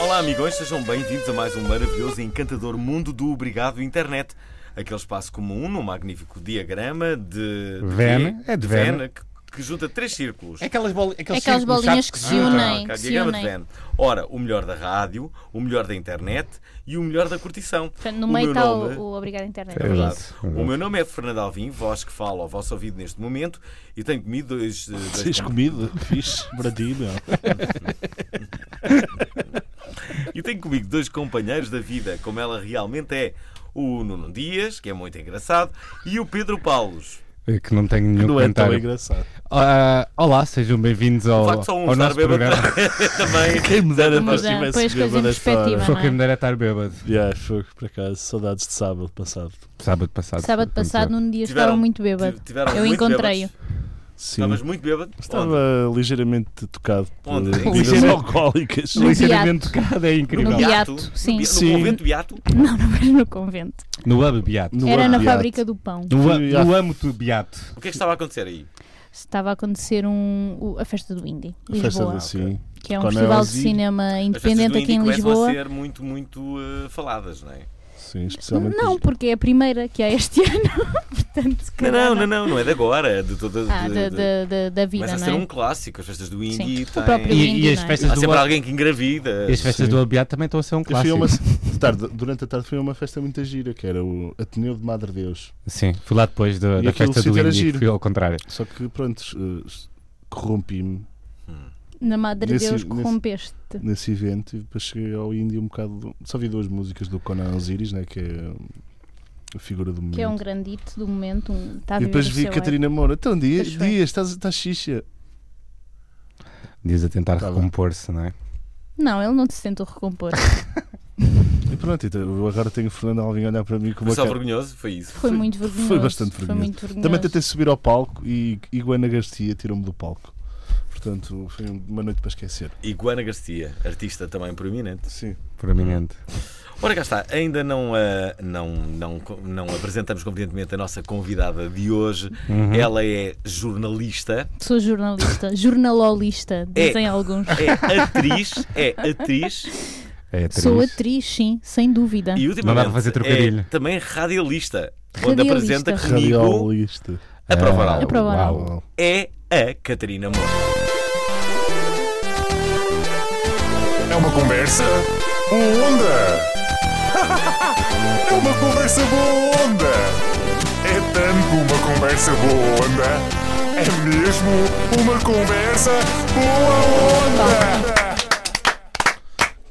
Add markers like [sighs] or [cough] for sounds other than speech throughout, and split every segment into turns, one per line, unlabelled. Olá, amigões, sejam bem-vindos a mais um maravilhoso e encantador mundo do Obrigado Internet. Aquele espaço comum num magnífico diagrama de. de
Ven,
quê?
é de
Ven,
Ven.
que, que junta três círculos.
É Aquelas, bol aqueles
Aquelas
círculos
bolinhas que
chatos. é?
se unem.
Ah,
que se
diagrama de
unem.
Venn. Ora, o melhor da rádio, o melhor da internet e o melhor da curtição.
Portanto, no
o
meio
meu
está
nome-
o, o Obrigado Internet.
É verdade.
Exato,
O
exato.
meu nome é Fernando Alvim, voz que falo ao vosso ouvido neste momento e tenho comido dois. eh, dois
Tens comido? Fixe, para ti, meu.
E tenho comigo dois companheiros da vida, como ela realmente é. O Nuno Dias, que é muito engraçado, e o Pedro Paulos.
É Que não tenho nenhum
Não é tão
comentário.
engraçado.
Ah, olá, sejam bem-vindos ao,
De facto, só um
ao
estar
nosso
bêbado
programa.
[laughs] também.
Quem me dera
Mas, ah, põe as coisas em perspectiva,
Foi
[laughs] não
quem me
é?
dera estar bêbado.
Yeah, foi, por acaso, saudades de sábado passado.
Sábado passado.
Sábado passado, num dia estava
Tiveram-
muito bêbado.
Tive- tiveram
Eu
muito
encontrei-o.
bêbados.
Sim.
Estavas muito bêbado? Onde?
Estava ligeiramente tocado por
Onde?
bebidas
Ligeira-
[laughs] alcoólicas.
No
Ligeiramente tocado é incrível.
No
No,
Beato, sim.
No, Beato, no
Sim.
convento Beato?
[laughs] Não, não era no convento.
Hub Beato. No,
No
era na
Beato.
fábrica do pão.
a- no Amo-te Beato.
O que é que estava a acontecer aí?
Estava a acontecer um, o- a festa do Indy,
A festa
Lisboa.
do sim.
Que é um
Com
festival de
Nelzi.
cinema
As festas do
independente aqui
Indy
em
começam
Lisboa.
a ser muito, muito eh, faladas, não é?
Sim, especialmente.
Não, porque é a primeira que há este [laughs] ano. Portanto, se
Não,
calhar
não, não, não, não é de agora, é de toda.
Ah,
de-
da,
de-
da, da, da vida,
Começa a
não
ser
é?
um clássico, as festas do Indy.
O próprio-
Tem...
E, e as
Não é?
festas
Há
do
sempre
Hub-
alguém que engravida.
e as festas
É, Sim.
do Hub Beato também estão a ser um
Eu fui a
clássico.
uma- [laughs] tarde- durante a tarde foi uma festa muito gira, que era o Ateneu de Madre Deus.
Sim, fui lá depois da,
E
da
aquele
festa do
sítio era
Indy,
giro.
fui ao contrário.
Só que, pronto, eh, corrompi-me
Na Madre de
Nesse-
Deus
nesse-
corrompeste.
nesse evento e depois cheguei ao índio um bocado. Só vi duas músicas do Conan Osiris, né, que é hum, a figura do momento.
Que é um grande hit do momento. Um, está a
e
viver
depois
o
vi
seu
Catarina Moura. Então, Dias,
Pois foi.
Dias estás, estás xixa.
Dias a tentar
Tá bem.
recompor-se, não é?
época. Não, ele não se tentou recompor.
E pronto, então, eu agora tenho o Fernando Alvim a olhar para mim com uma
Foi só
cara.
vergonhoso, foi isso.
Foi muito vergonhoso.
bastante
Foi
vergonhoso.
muito vergonhoso.
Também tentei subir ao palco e Iguana Garcia tirou-me do palco. Portanto, foi um- uma noite para esquecer.
Iguana Garcia, artista também proeminente.
Sim.
Prominente.
Ora, cá está, ainda não, ah, não, não, não apresentamos competentemente a nossa convidada de hoje.
Uhum.
Ela é jornalista,
Sou jornalista, [laughs] jornalolista,
É.
dizem alguns.
é atriz, é atriz
É atriz.
Sou atriz, sim, sem dúvida.
e
Não
ultimamente
dá para fazer
é
trocadilho.
também radialista, onde
Radialista.
apresenta comigo
Radiolista.
a prova
Ah,
oral.
A prova oral.
uau.
É a Catarina Moura.
É uma conversa boa onda. [laughs] É uma conversa boa onda. É tanto uma conversa boa onda. É mesmo uma conversa boa onda.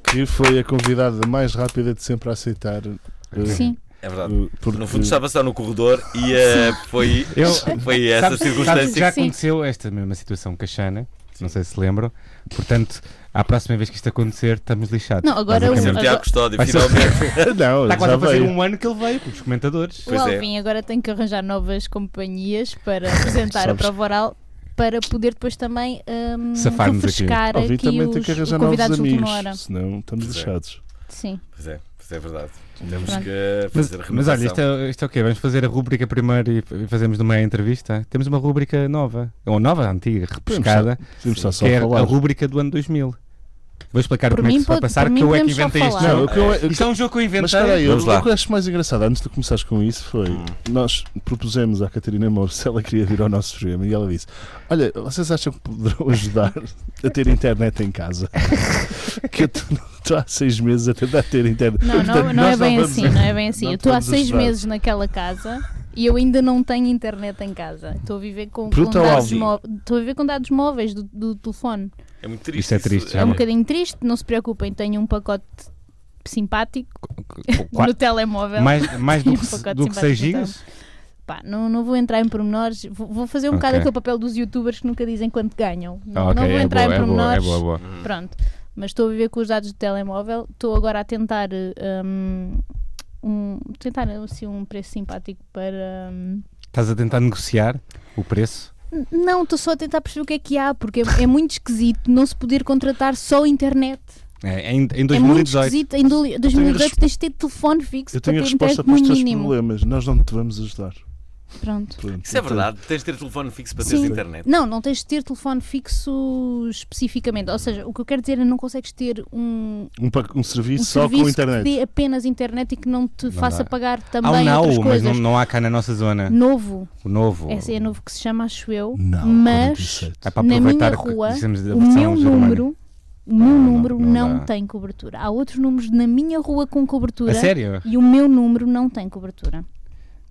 Que foi a convidada mais rápida de sempre a aceitar. eh,
Sim,
É verdade.
Uh,
eh, porque-
No fundo estava só no corredor e eh, foi,
Eu-
foi essa
Sabes- sabes que
circunstância.
já
Sim.
aconteceu esta mesma situação com a Xana, não sei se lembram. Portanto, à próxima vez que isto acontecer, estamos lixados.
Não, agora
Vai ser o
Basicamente.
Agora-
Tiago Custódio,
Vai ser-
finalmente.
Não,
Está quase
já
a fazer
veio.
um ano que ele veio com os comentadores.
Pois
o
é.
Alvin agora tem que arranjar novas companhias para
[laughs]
apresentar a
Sabes-
prova oral para poder depois também hum,
Safar-nos aqui.
refrescar
Alvin
aqui
também tem
os
que arranjar
convidados
novos
de última
amigos,
hora.
senão estamos
Pois é.
lixados. [laughs]
Sim,
Pois é, pois é verdade. Temos
Pronto.
que
Mas,
fazer a
mas olha,
renovação.
isto é, isto é o quê? Vamos fazer a rúbrica primeiro e e fazemos numa entrevista? Temos uma rúbrica nova, ou nova, antiga, repescada,
Podemos estar só
que é
a
a
falar.
rúbrica do ano 2000. Vou explicar
Por
como é que
mim
se vai
pode-
passar, que
por mim
eu é que
podemos só
inventei este
falar.
Não,
jogo.
o que eu,
Isto é um jogo que eu inventei.
Mas espera aí,
Vamos
o,
lá.
o que eu acho mais engraçado, antes de começares com isso, foi nós propusemos à Catarina Moura se ela queria vir ao nosso programa e ela disse: Olha, vocês acham que poderão ajudar a ter internet em casa? [laughs] que eu estou há seis meses a tentar ter internet.
não, não,
Portanto,
não é
nós
bem
vamos-
assim, não é bem assim.
não
Eu estou há
vamos
seis
ajudar.
meses naquela casa e eu ainda não tenho internet em casa. Estou a viver com, com
Brutal,
dados
Alvin.
móveis. Estou a viver com dados móveis do, do telefone.
É muito triste.
Isto é triste, já
É um
Sim.
bocadinho triste, não se preocupem, tenho um pacote simpático
Co- co-
[laughs] no telemóvel.
mais mais do
Um
que, se-
pacote
do que 6
simpático no
gigas?
Pá, não, não vou entrar em pormenores. Vou, vou fazer um bocado
Ok.
aquele papel dos youtubers que nunca dizem quanto ganham. Não,
Ah, ok,
então. não vou
é
entrar
boa,
em
é boa,
pormenores.
é boa, boa.
Pronto. Mas estou a viver com os dados do telemóvel. Estou agora a tentar hum, um, tentar assim, um preço simpático para. hum,
Estás a tentar negociar o preço?
N- Não, estou só a tentar perceber o que é que há, porque é, é muito esquisito não se poder contratar só internet.
É, em, em
É muito
2018.
esquisito. Em do- 2018
resp-
tens de ter telefone fixo
[laughs] Eu tenho a
para ter internet
resposta para os
no
teus
mínimo.
problemas. Nós não te vamos ajudar.
Pronto.
Pronto.
Isso é
Então,
verdade, tens de ter telefone fixo para teres
Sim.
internet.
Não, não tens de ter telefone fixo especificamente. Ou seja, o que eu quero dizer é não consegues ter um,
Um, pa- um serviço
um
só
serviço
com
que
internet.
te dê apenas internet e que não te faça
dá.
pagar
Há um
também outras
Now, mas
coisas.
não, não há cá na nossa zona.
Novo,
O novo.
esse é novo que se chama, acho eu,
Não,
mas
47.
É para
na
aproveitar
minha
que
rua,
dissemos a
o
versão
meu
germânica.
número, o meu
não-
número
não
não,
dá.
tem cobertura. Há outros números na minha rua com cobertura
A sério?
e o meu número não tem cobertura.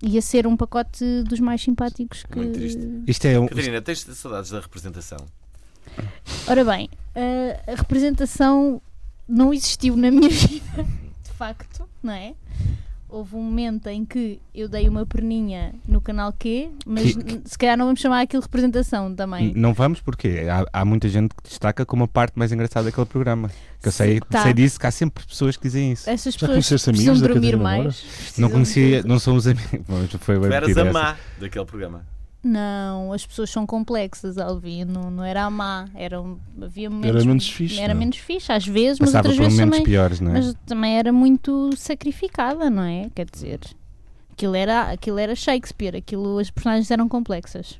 Ia ser um pacote dos mais simpáticos que.
Muito triste.
Isto é um.
Catarina, tens saudades da representação?
Ora bem, a- a representação não existiu na minha [laughs] vida, de facto, não é? Houve um momento em que eu dei uma perninha no canal Q, mas
Que-
n- se calhar não vamos chamar aquilo de representação
Hum,
também.
Não vamos porque há, há muita gente que destaca como a parte mais engraçada daquele programa. Que eu sei,
Tá. É,
sei disso, que há sempre pessoas que dizem isso.
Essas
Já
pessoas
conheceste
precisam
amigos da
dormir
Catarina Moura?
mais.
Não
precisam
conhecia,
de-
não somos amigos. [laughs] Mas Foi bem
Tu eras
metida
a
essa.
má daquele programa.
Não, as pessoas são complexas, Alvino. Não era a má. Era, um- havia momentos,
Era menos fixe.
Era
não? é?
menos fixe, às vezes, mas
Passava
outras
por
vezes
momentos
também.
piores, não é?
Mas também era muito sacrificada, não é? Quer dizer, aquilo era, aquilo era Shakespeare, aquilo, as personagens eram complexas.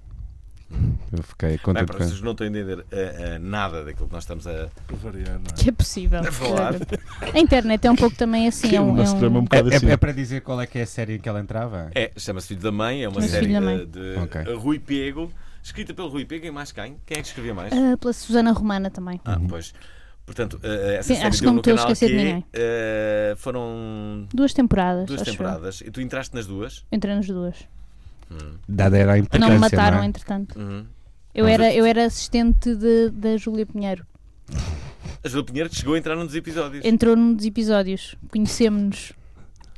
Eu fiquei
Bem,
contente
para
com
vocês não estão a entender ah, ah, nada daquilo que nós estamos a
Para variar, não é?
[laughs] Que é possível.
falar.
A internet é um pouco também assim.
Que
É
o
um, é
nosso programa é um
um...
bocado assim.
É, é- é para dizer qual é que é a série em que ela entrava?
É, chama-se Filho da Mãe, é uma
Chama-se
série
Filho da
de,
Mãe.
de
Ok.
Rui Pego, escrita pelo Rui Pego e mais quem? Quem é que escrevia mais?
Ah, pela Susana Romana também.
Ah,
Uhum.
pois. Portanto, eh, essa
Sim,
série
acho que
deu
não
no
estou a
canal
esquecer de
Q,
ninguém.
eh, foram
Duas temporadas.
duas
acho eu.
temporadas e tu entraste nas duas.
Entrei nas duas.
Dada era a
Não
importância.
me mataram,
não é?
entretanto.
Uhum.
Eu
Mas
era, eu era assistente de- da Júlia Pinheiro.
A Júlia Pinheiro que chegou a entrar num dos episódios.
Entrou num dos episódios. Conhecemos-nos.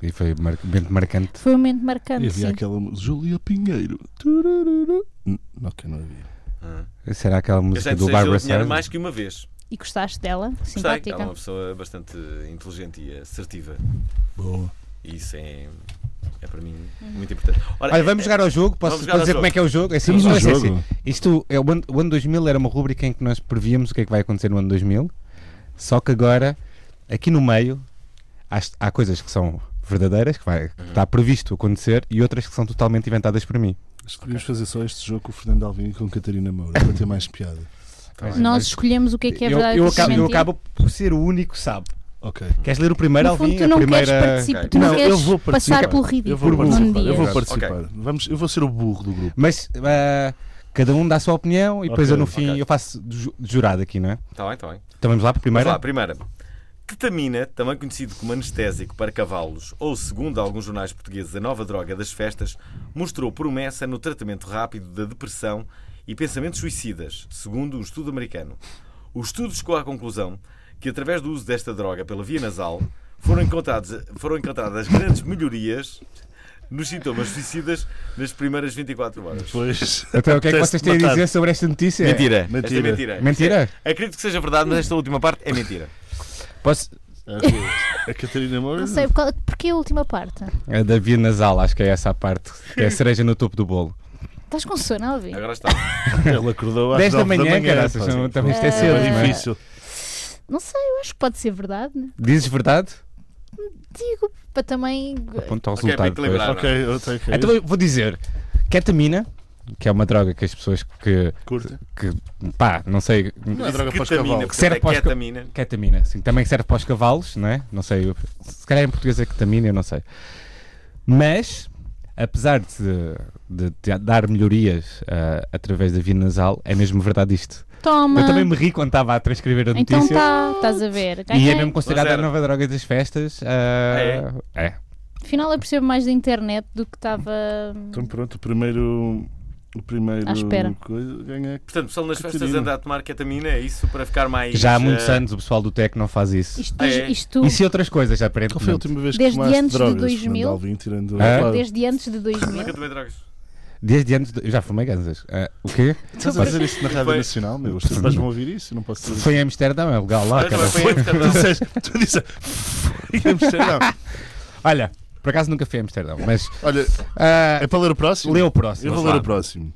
E foi mar- muito marcante.
Foi um momento
E
marcante.
havia
sim.
aquela mu- Julia Pinheiro. Turururu. Hum, Ok, não havia.
Uhum.
Será aquela
Eu já disse
música do
a Júlia
Barbara
Pinheiro
Streisand?
mais que uma vez.
E gostaste dela?
Gostei, ela é
Simpática.
uma pessoa bastante inteligente e assertiva.
Boa.
E isso é, é para mim muito importante. Ora,
Olha, vamos
eh,
jogar ao jogo? Posso,
vamos jogar ao
dizer
jogo.
como é que é o jogo? É assim,
Temos um
isto vai ser
jogo.
assim. Isto é o ano, o ano 2000 era uma rubrica em que nós prevíamos o que é que vai acontecer no ano 2000. Só que agora, aqui no meio, há, est- há coisas que são verdadeiras, que, vai, que
Uhum.
está previsto acontecer, e outras que são totalmente inventadas por mim.
Acho que devíamos fazer só este jogo com o Fernando Alvim e com Catarina Moura para ter mais piada.
Tá
Nós escolhemos o que é que é
eu,
verdade. e
eu,
o que é
acabo, eu
mentira.
acabo por ser o único que sabe.
Ok.
Queres ler o primeiro,
No fundo,
Alvin?
tu não
a primeira...
queres participar, tu não,
Não, eu
queres
vou
passar
participar.
pelo ridículo.
Eu vou
num
participar.
dia.
Eu vou
Ok.
participar. Vamos, eu vou ser o burro do grupo.
Mas ah, cada um dá a sua opinião e depois
Ok,
eu no fim
ok.
eu faço de ju- de jurado aqui, não é?
Está Tá bem, está bem.
Então vamos lá para
Vamos
a primeira?
lá, primeira. Ketamina, também conhecido como anestésico para cavalos, ou segundo alguns jornais portugueses, a nova droga das festas, mostrou promessa no tratamento rápido da depressão e pensamentos suicidas, segundo um estudo americano. O estudo chegou à conclusão que, através do uso desta droga pela via nasal, foram encontrados- foram encontradas grandes melhorias nos sintomas suicidas nas primeiras 24 horas.
[laughs] Pois.
Então o que é que vocês têm a dizer sobre esta notícia?
Mentira.
Mentira.
Esta é mentira.
Mentira?
Acredito que seja verdade, mas esta última parte é mentira.
Posso...
A Catarina Moura.
Não sei, qual- porque é a última parte.
É da via nasal, acho que é essa a parte. que É a cereja no topo do bolo.
Estás com sono, Alvin?
Agora está.
Ela acordou às
10 da
nove
manhã,
pá.
caraças. não- Também isto é
É
cedo,
É
não é?
difícil.
Não sei, eu acho que pode ser verdade. né?
Dizes verdade?
Digo, para também.
Aponta ao
Ok, para
resultado. depois.
equilibrar.
Ok, ok, ok.
Então eu vou dizer: ketamina, que é uma droga que as pessoas que.
Curta.
que pá, não sei.
Não é droga para os
Ketamina,
cavalos.
portanto,
Serve
é
para os ca-
ketamina.
Ketamina, sim. Também serve para os cavalos, não é? Não sei. eu- Se calhar em português é ketamina, eu não sei. Mas, apesar de, de- de dar melhorias ah, através da via nasal, é mesmo verdade isto.
Toma!
Eu também me ri quando estava a transcrever a
Então
notícia.
tá, estás a ver.
E é
Ganhei.
mesmo considerada a
Mas era.
nova droga das festas. ah, é?
Afinal, eu percebo mais da internet do que estava.
Então pronto, o primeiro. O primeiro
À espera.
coisa ganha.
Portanto, o pessoal nas festas
Catarina.
anda a tomar ketamina, é isso? Para ficar mais.
Já há muitos
eh,
anos o pessoal do Tecno faz isso.
Isto,
Ah, é?
isto
Isso e outras coisas,
Qual foi a
aparentemente.
última vez que
Desde
tomaste
antes de
drogas?
2000?
Fernando Alvim, tirando
Hã?
Claro.
desde antes de 2000.
Nunca tomei drogas.
é? Desde antes. de- Já fumei ganzas. Ah, o quê?
Estás a fazer isto na Rádio
Foi-
Nacional, meu? Os teus pais vão ouvir isso? Eu Não posso dizer
Foi em Amsterdão, é legal lá.
Mas
cara.
foi em Amsterdão.
[laughs] Tu disseste- tu disseste. Íamos ser, não.
Olha, por acaso nunca fui a Amsterdão, mas.
Olha,
ah,
é para ler o próximo?
lê o próximo.
Eu vou
vá.
ler o próximo.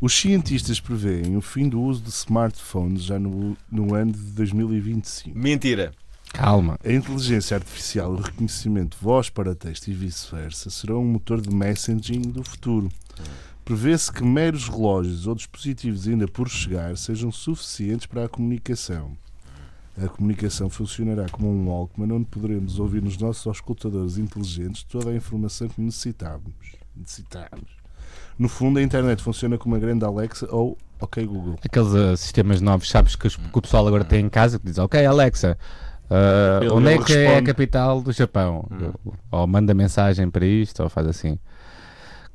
Os cientistas preveem o fim do uso de smartphones já no, no ano de 2025.
Mentira.
Calma.
A inteligência artificial e o reconhecimento de voz para texto e vice-versa serão um motor de messaging do futuro. Prevê-se que meros relógios ou dispositivos ainda por chegar sejam suficientes para a comunicação. A comunicação funcionará como um Walkman onde poderemos ouvir nos nossos auscultadores inteligentes toda a informação que necessitamos. necessitamos. No fundo, a internet funciona como uma grande Alexa ou OK Google.
Aqueles ah, sistemas novos, sabes, que, os- que o pessoal agora tem em casa que diz: Ok, Alexa, ah,
Ele-
onde é
ele
que é a
responde. Hum.
capital do Japão? Ou manda mensagem para isto, ou faz assim.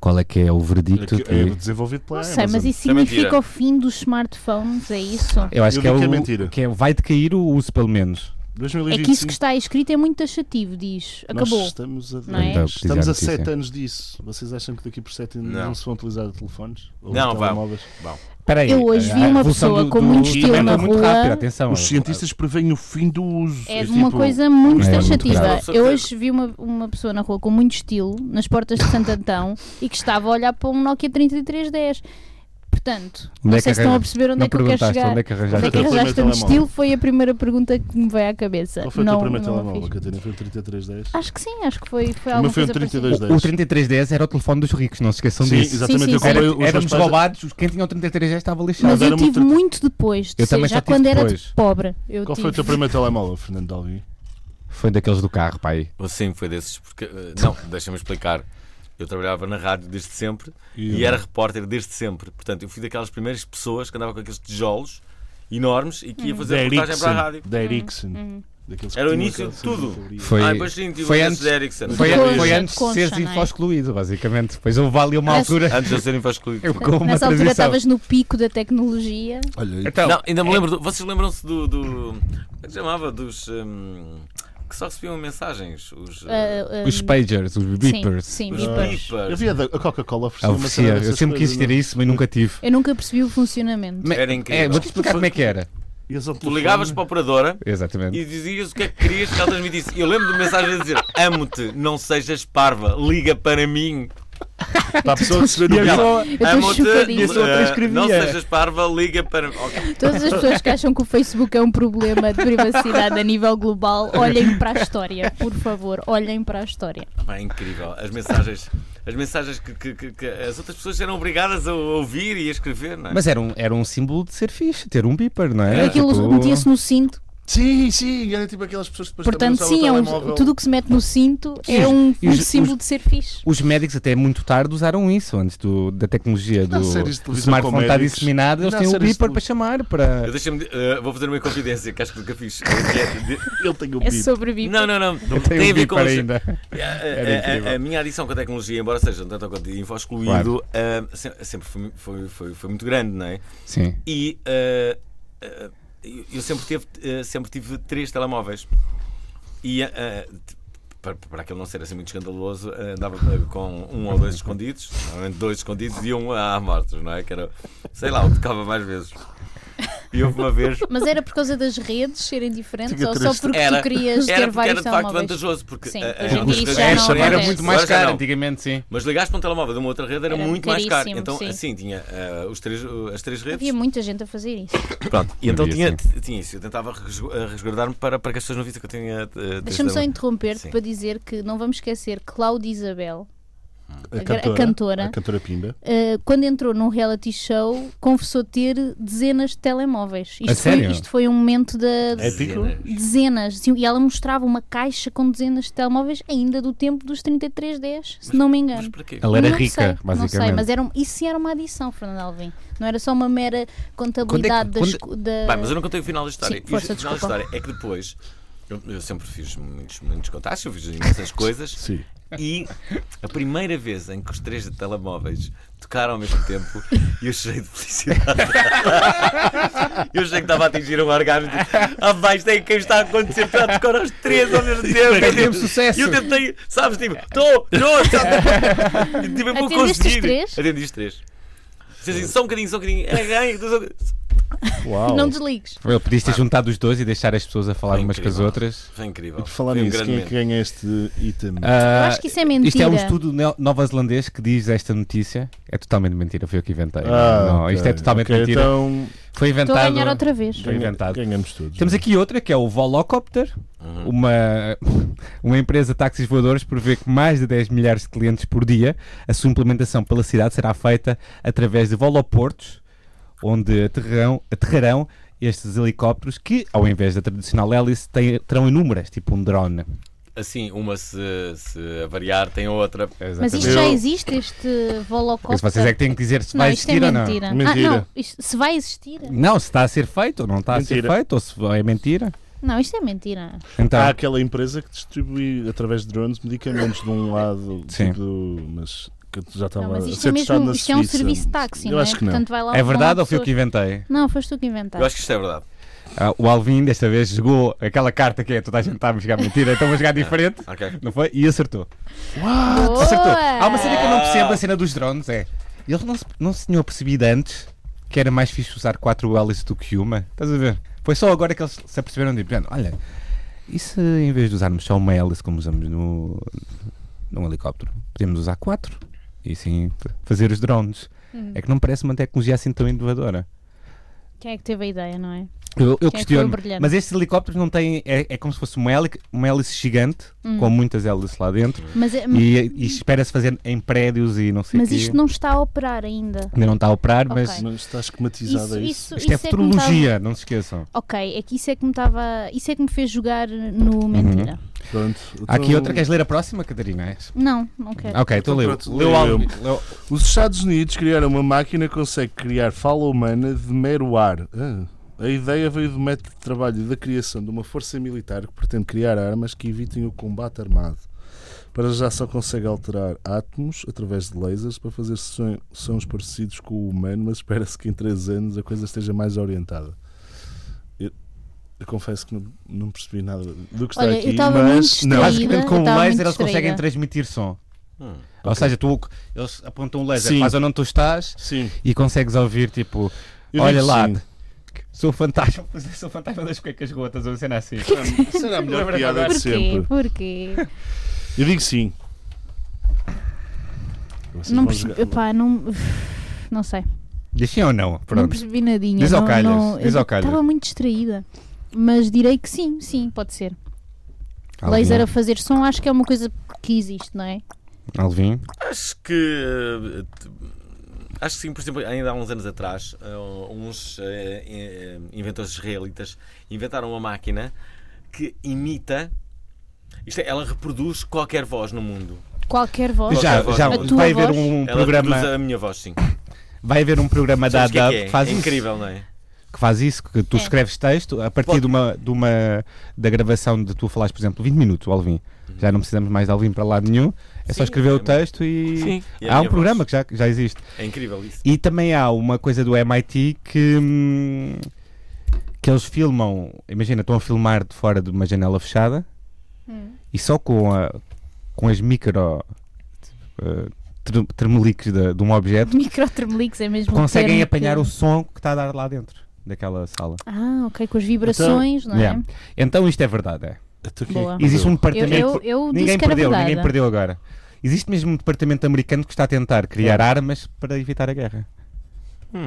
Qual é que é o verdicto?
É
que-
desenvolvido pela
Não sei, mas
Amazon.
isso
Isso é mentira.
significa o fim dos smartphones, é isso?
Eu acho
Eu
que, é
digo
o,
que é mentira.
que é- vai decair o uso, pelo menos.
É
2025.
que isso que está aí escrito é muito taxativo, diz. Acabou.
Nós estamos a,
Não é?
Então,
estamos a
precisamos disso,
7
é.
anos disso. Vocês acham que daqui por 7 anos
Não.
não se vão utilizar telefones? Ou
Não, vão.
telemóveles?
Então Espera aí,
Eu hoje
a-
vi
a
uma
evolução
pessoa com muito
estilo
é
na
muito
rua.
rápida, atenção.
Os cientistas preveem o fim do uso. tipo,
É uma coisa muito
É, muito
taxativa.
grave.
Eu hoje vi uma, uma pessoa na rua com muito estilo, nas portas de
[laughs]
Santo Antão, e que estava a olhar para um Nokia 3310. Portanto,
Onde
não
é que
sei se estão a
arranja-
perceber onde
não
é que eu quero
perguntaste
chegar.
onde é que arranjaste.
Onde é que
o teu
arranjaste
primeiro
tanto
telemóvel?
estilo? Foi a primeira pergunta que me veio à cabeça.
Qual foi o
não,
teu primeiro
não é
telemóvel,
fiz.
Catarina? Foi um 3310?
Acho que sim, acho que foi, foi
O
alguma
meu foi um
coisa parecida.
32.
O, o 3310 era o telefone dos ricos, não se esqueçam
Sim,
disso.
exatamente.
Sim, sim,
eu
sim.
comprei
Era,
os meus
Então éramos
pais-
roubados, os- quem tinha o 3310 estava lixado.
Mas eu
Era um muito
tive
tra-
muito depois,
Eu também
seja,
só
já
tive
quando era
depois.
de pobre. Eu
Qual
tive.
foi o teu primeiro telemóvel, Fernando Dalvi?
Foi daqueles do carro, pai.
Sim, foi desses. Porque... eh, Não, deixa-me explicar. Eu trabalhava na rádio desde sempre e era repórter desde sempre. Portanto, eu fui daquelas primeiras pessoas que andava com aqueles tijolos enormes e que
Hum.
ia fazer
da
reportagem para a
Ericsson.
rádio.
Da Ericsson.
Uhum.
Daqueles que
Era o
tinham
início
aquela
de tudo.
cena que abria.
Foi,
Ah, depois sim, tive
foi
o
antes-
de Ericsson.
foi,
Concha,
foi antes de
concha,
seres
não é?
infoscluído, basicamente. Depois houve ali uma
Mas-
altura [laughs]
Antes de eu ser infoscluído.
eu com uma
Nessa altura
transição.
estavas no pico da tecnologia.
Olha,
Então,
Não, ainda me lembro. do- Vocês lembram-se do. do... Como é que chamava? Dos. hum, que só recebiam mensagens. Os. eh,
ah, ah,
os pagers, os beepers.
Sim, sim
os
beepers.
eu
beepers.
via da- a Coca-Cola oferecer
Ah,
uma
oferecia.
cena
Eu
dessas
sempre quis
coisas, é?
ter isso, mas nunca tive.
Eu nunca percebi o funcionamento.
Era
É,
incrível.
vou-te explicar como é que era.
não? Ias ao
Tu
telefone.
ligavas para a operadora
Exatamente.
e dizias o que é que querias que ela transmitisse. Eu lembro de mensagens a dizer: Amo-te, não sejas parva, liga para mim.
Para a pessoa receber no
a
carro.
pessoa-
Eu estou chocadíssima.
pessoa
eh,
transcrevia.
não sejas parva, liga para mim. Ok.
Todas as pessoas que acham que o Facebook é um problema de privacidade a nível global,
É.
olhem para a história, por favor, olhem para a história.
Pá, é incrível. As mensagens. As mensagens que, que- que- que as outras pessoas eram obrigadas a ouvir e a escrever, não é?
Mas era um, era um símbolo de ser fixe, ter um beeper, não é?
Aquilo
Tipo,
metia-se no cinto,
Sim, sim, era tipo aquelas pessoas que depois
portanto,
também
sim, é
usavam
um-
o telemóvel.
tudo o que se mete no cinto é um,
e os-
um símbolo de ser fixe.
Os médicos até muito tarde usaram isso, antes do- da tecnologia do,
Dá séries de
do
televisão com
smartphone estar
médicos.
disseminada, eles
Dá
têm o
séries de
beeper
tele-
para chamar, para...
Eu deixa-me. de- eh, vou fazer uma confidência que acho que nunca fiz. Que é de-
Ele tem o
É
bico.
sobre VIP.
Não, não, não.
Tem
Tem a
o
ver com Eh, os-
beeper um ainda.
A,
Era
a- a-
incrível.
a minha adição com a tecnologia, embora seja um tanto quanto info excluído,
Claro.
ah, se- sempre foi, foi- foi- foi muito grande, não é?
Sim.
E ah, ah, eu eu sempre, teve, ah, sempre tive três telemóveis. E ah, ah, t- para, para aquele não ser assim muito escandaloso, ah, andava ah, com um ou dois escondidos, normalmente dois escondidos e um a mortos, não é? Que era, sei lá, o tocava mais vezes. E houve uma vez
Mas era por causa das redes serem diferentes
Tinha
ou só
três-
porque
era,
tu querias
era
ter
porque
vários
era de facto
telemóveis?
vantajoso. Porque,
Sim,
ah,
hoje em
ah,
dia
as
isso já
coisas eram
não
era
acontece.
muito mais
Agora já
caro,
não.
antigamente sim.
Mas ligaste para um telemóvel de uma outra rede era,
Era
muito mais caro.
caríssimo,
Então,
sim.
assim, tinha ah, os três, as três redes.
Havia muita gente a fazer isso.
Pronto. E então
Havia,
tinha, tinha isso. Eu tentava resgu- ah, resguardar-me para, para que as pessoas não vissem que eu tinha. ah,
Deixa-me
é.
só
três-
interromper-te
Sim.
para dizer que não vamos esquecer Cláudia Isabel,
A
a cantora.
A cantora Pimba.
Uh, quando entrou num reality show, confessou ter dezenas de telemóveis. Isto,
A sério? É
Foi, isto foi um momento da.
Épico.
Dezenas.
Dezenas, Sim, e ela mostrava uma caixa com dezenas de telemóveis ainda do tempo dos 3310, se não me
Mas
engano.
para quê?
Ela era
Não sei,
rica,
Não sei,
basicamente.
mas era, um- isso sim era uma adição, Fernando Alvim. Não era só uma mera contabilidade
Quando é que-
das, da.
Bem, mas eu não contei o final da história.
Sim, força,
o final da
desculpa.
história é que depois Eu, eu sempre fiz muitos, muitos contatos, eu fiz imensas
[laughs]
coisas
Sim.
e a primeira vez em que os três telemóveis tocaram ao mesmo tempo e eu cheio de felicidade.
[laughs]
Eu achei que estava a atingir um orgasmo. Tipo, ah, vai, isto é que está a acontecer para tocar aos três ao mesmo tempo.
Mas teve
[laughs]
Tipo,
sucesso.
E eu tentei, sabes, tipo, estou, estou, tipo, eu vou
Atendeste os
conseguir.
três?
Atendi os três. Dizia assim, só um bocadinho, só um bocadinho. Era ganho, só um bocadinho.
Uau.
Não desligues.
Eu podias ter juntado os dois e deixar as pessoas a falar
Foi
umas com as
incrível.
outras.
Foi incrível.
E por falar
Foi um
nisso,
grande
quem é que
momento.
ganha este item?
Eu
Ah,
acho que isso é mentira.
Isto é um estudo neo- nova-zelandês que diz esta notícia. É totalmente mentira, foi eu que inventei.
Ah,
não, Isto é
ok,
totalmente
ok,
mentira.
Então,
Foi
Estou a
inventado.
ganhar outra vez.
Foi
ganha-
inventado.
ganhamos todos.
Temos
não é?
aqui outra que é o Volocopter. Uma, [laughs] uma empresa de táxis voadores prevê que mais de 10 milhares de clientes por dia, a sua implementação pela cidade será feita através de voloportos, onde aterrarão, aterrarão estes helicópteros que, ao invés da tradicional hélice, têm- terão inúmeras, tipo um drone.
Assim, uma se, se avariar, tem outra.
Mas isto
Eu-
já existe, este Volocopter?
Porque vocês é que têm que dizer se
Não,
vai
isto é
existir ou não.
mentira. Ah,
Mentira.
não, isto- se vai existir?
Não, se está a ser feito ou não está a
Mentira.
ser feito, ou se é mentira.
Não, isto é mentira.
Então,
Há aquela empresa que distribui através de drones medicamentos de um lado,
Sim.
tipo, mas que já estava
Não, mas
a
isto
ser
é
testado
mesmo,
na
isto é um
Suíça.
serviço de táxi,
Eu
não é?
acho que não.
Portanto, vai lá
é verdade ou foi eu
pessoas...
que inventei?
Não, foste tu que inventaste.
Eu acho que isto é verdade.
Ah, o Alvin desta vez jogou aquela carta que é toda a gente está a jogar mentira, então vou jogar diferente.
Ok.
Não foi? E acertou.
Boa!
Acertou. Há uma cena que eu não percebo, a cena dos drones, é. Eles não se, não se tinham percebido antes que era mais fixe usar quatro hélices do que uma. Estás a ver? Foi só agora que eles se aperceberam de "Mano, olha, e se em vez de usarmos só uma hélice como usamos no, num helicóptero, podemos usar quatro e sim fazer os drones. É que não parece uma tecnologia assim tão inovadora.
Quem é que teve a ideia, não é?
Eu, eu
foi
questiono.
brilhante?
Mas estes helicópteros não têm. É, é como se fosse uma hélice, uma hélice gigante,
Hum.
com muitas hélices lá dentro.
Mas, é-
E, e espera-se fazer em prédios e não sei o
mas
quê.
isto não está a operar ainda.
Ainda não está a operar, mas
Ok.
Mas está esquematizado a isso.
isso,
isto é
isso que me tava-
futurologia, não se esqueçam.
Ok, é que isso é que me estava. Isso é que me fez jogar no Mentira.
Pronto.
Há aqui
Então,
outra. Queres ler a próxima, Catarina? É
Não, não
[laughs]
quero.
Ok, então
Então
leu.
pronto,
Leu
leio
algo.
eu.
Leu-
Os Estados Unidos criaram uma máquina que consegue criar fala humana de mero ar. Ah, a ideia veio do método de trabalho e da criação de uma força militar que pretende criar armas que evitem o combate armado. Para já só consegue alterar átomos através de lasers para fazer son- sons parecidos com o humano, mas espera-se que em 3 anos a coisa esteja mais orientada. Eu, eu confesso que não, não percebi nada do que está
Olha, eu
aqui,
estava muito
mas
distraída.
não.
Basicamente, com
eu
o
tava tá muito
laser, eles
distraída.
conseguem transmitir som.
Hum.
Ou seja, tu, eles apontam um laser,
Ah, Sim.
mas onde tu estás
Sim,
e consegues ouvir, tipo,
eu
olha
digo
lá,
sim.
sou o fantasma, [laughs] sou o fantasma das cuecas rotas, ou cena assim.
Será a melhor
Lembra-te
piada de
Porquê?
é sempre.
Porquê?
Eu digo sim. Vocês
não
vão
percebi.
jogar-
Epá, não. [sighs] Não sei.
Deixem ou não?
Não
Pronto.
percebi nadinha.
Diz ao
não,
calhas,
não-
diz ao calhas.
Estava muito distraída. Mas direi que sim, sim, pode ser. Laser a fazer som, acho que é uma coisa que existe, não é?
Alvin.
Acho que. eh, t- Acho que sim, por exemplo, ainda há uns anos atrás, eh, uns eh, eh, inventores israelitas inventaram uma máquina que imita. Isto é, ela reproduz qualquer voz no mundo.
Qualquer voz.
Qualquer
[laughs]
Já,
voz.
já
A
tua
vai haver
voz?
um
Ela reproduz
programa,
a minha voz, sim.
vai haver um programa da
Sabes o que é
ADAB
que é?
que faz
É
isso,
incrível, não é?
que faz isso, que tu
É.
escreves texto a partir
Pode.
de uma, de uma da gravação de tu falares, por exemplo, 20 minutos,
Uhum.
Alvin. Já não precisamos mais de Alvin para lado nenhum, é só
Sim.
escrever o texto e
Sim. E a
há um
minha
programa
voz.
que já, que já existe.
É incrível isso.
E também há uma coisa do MIT que, hum, que eles filmam, imagina, estão a filmar de fora de uma janela fechada
Hum.
e só com, a, com as micro eh, ter- termeliques de, de um objeto
Microtermelix é mesmo. o
conseguem
termo
apanhar
que-
o som que está a dar lá dentro daquela sala.
Ah, ok, com as vibrações, não é?
Yeah. Então isto é verdade. é.
Então, quem é que
Boa.
Existe um
Eu,
departamento.
eu, eu disse
ninguém
que era
perdeu,
verdade.
ninguém perdeu agora. Existe mesmo um departamento americano que está a tentar criar
É.
armas para evitar a guerra.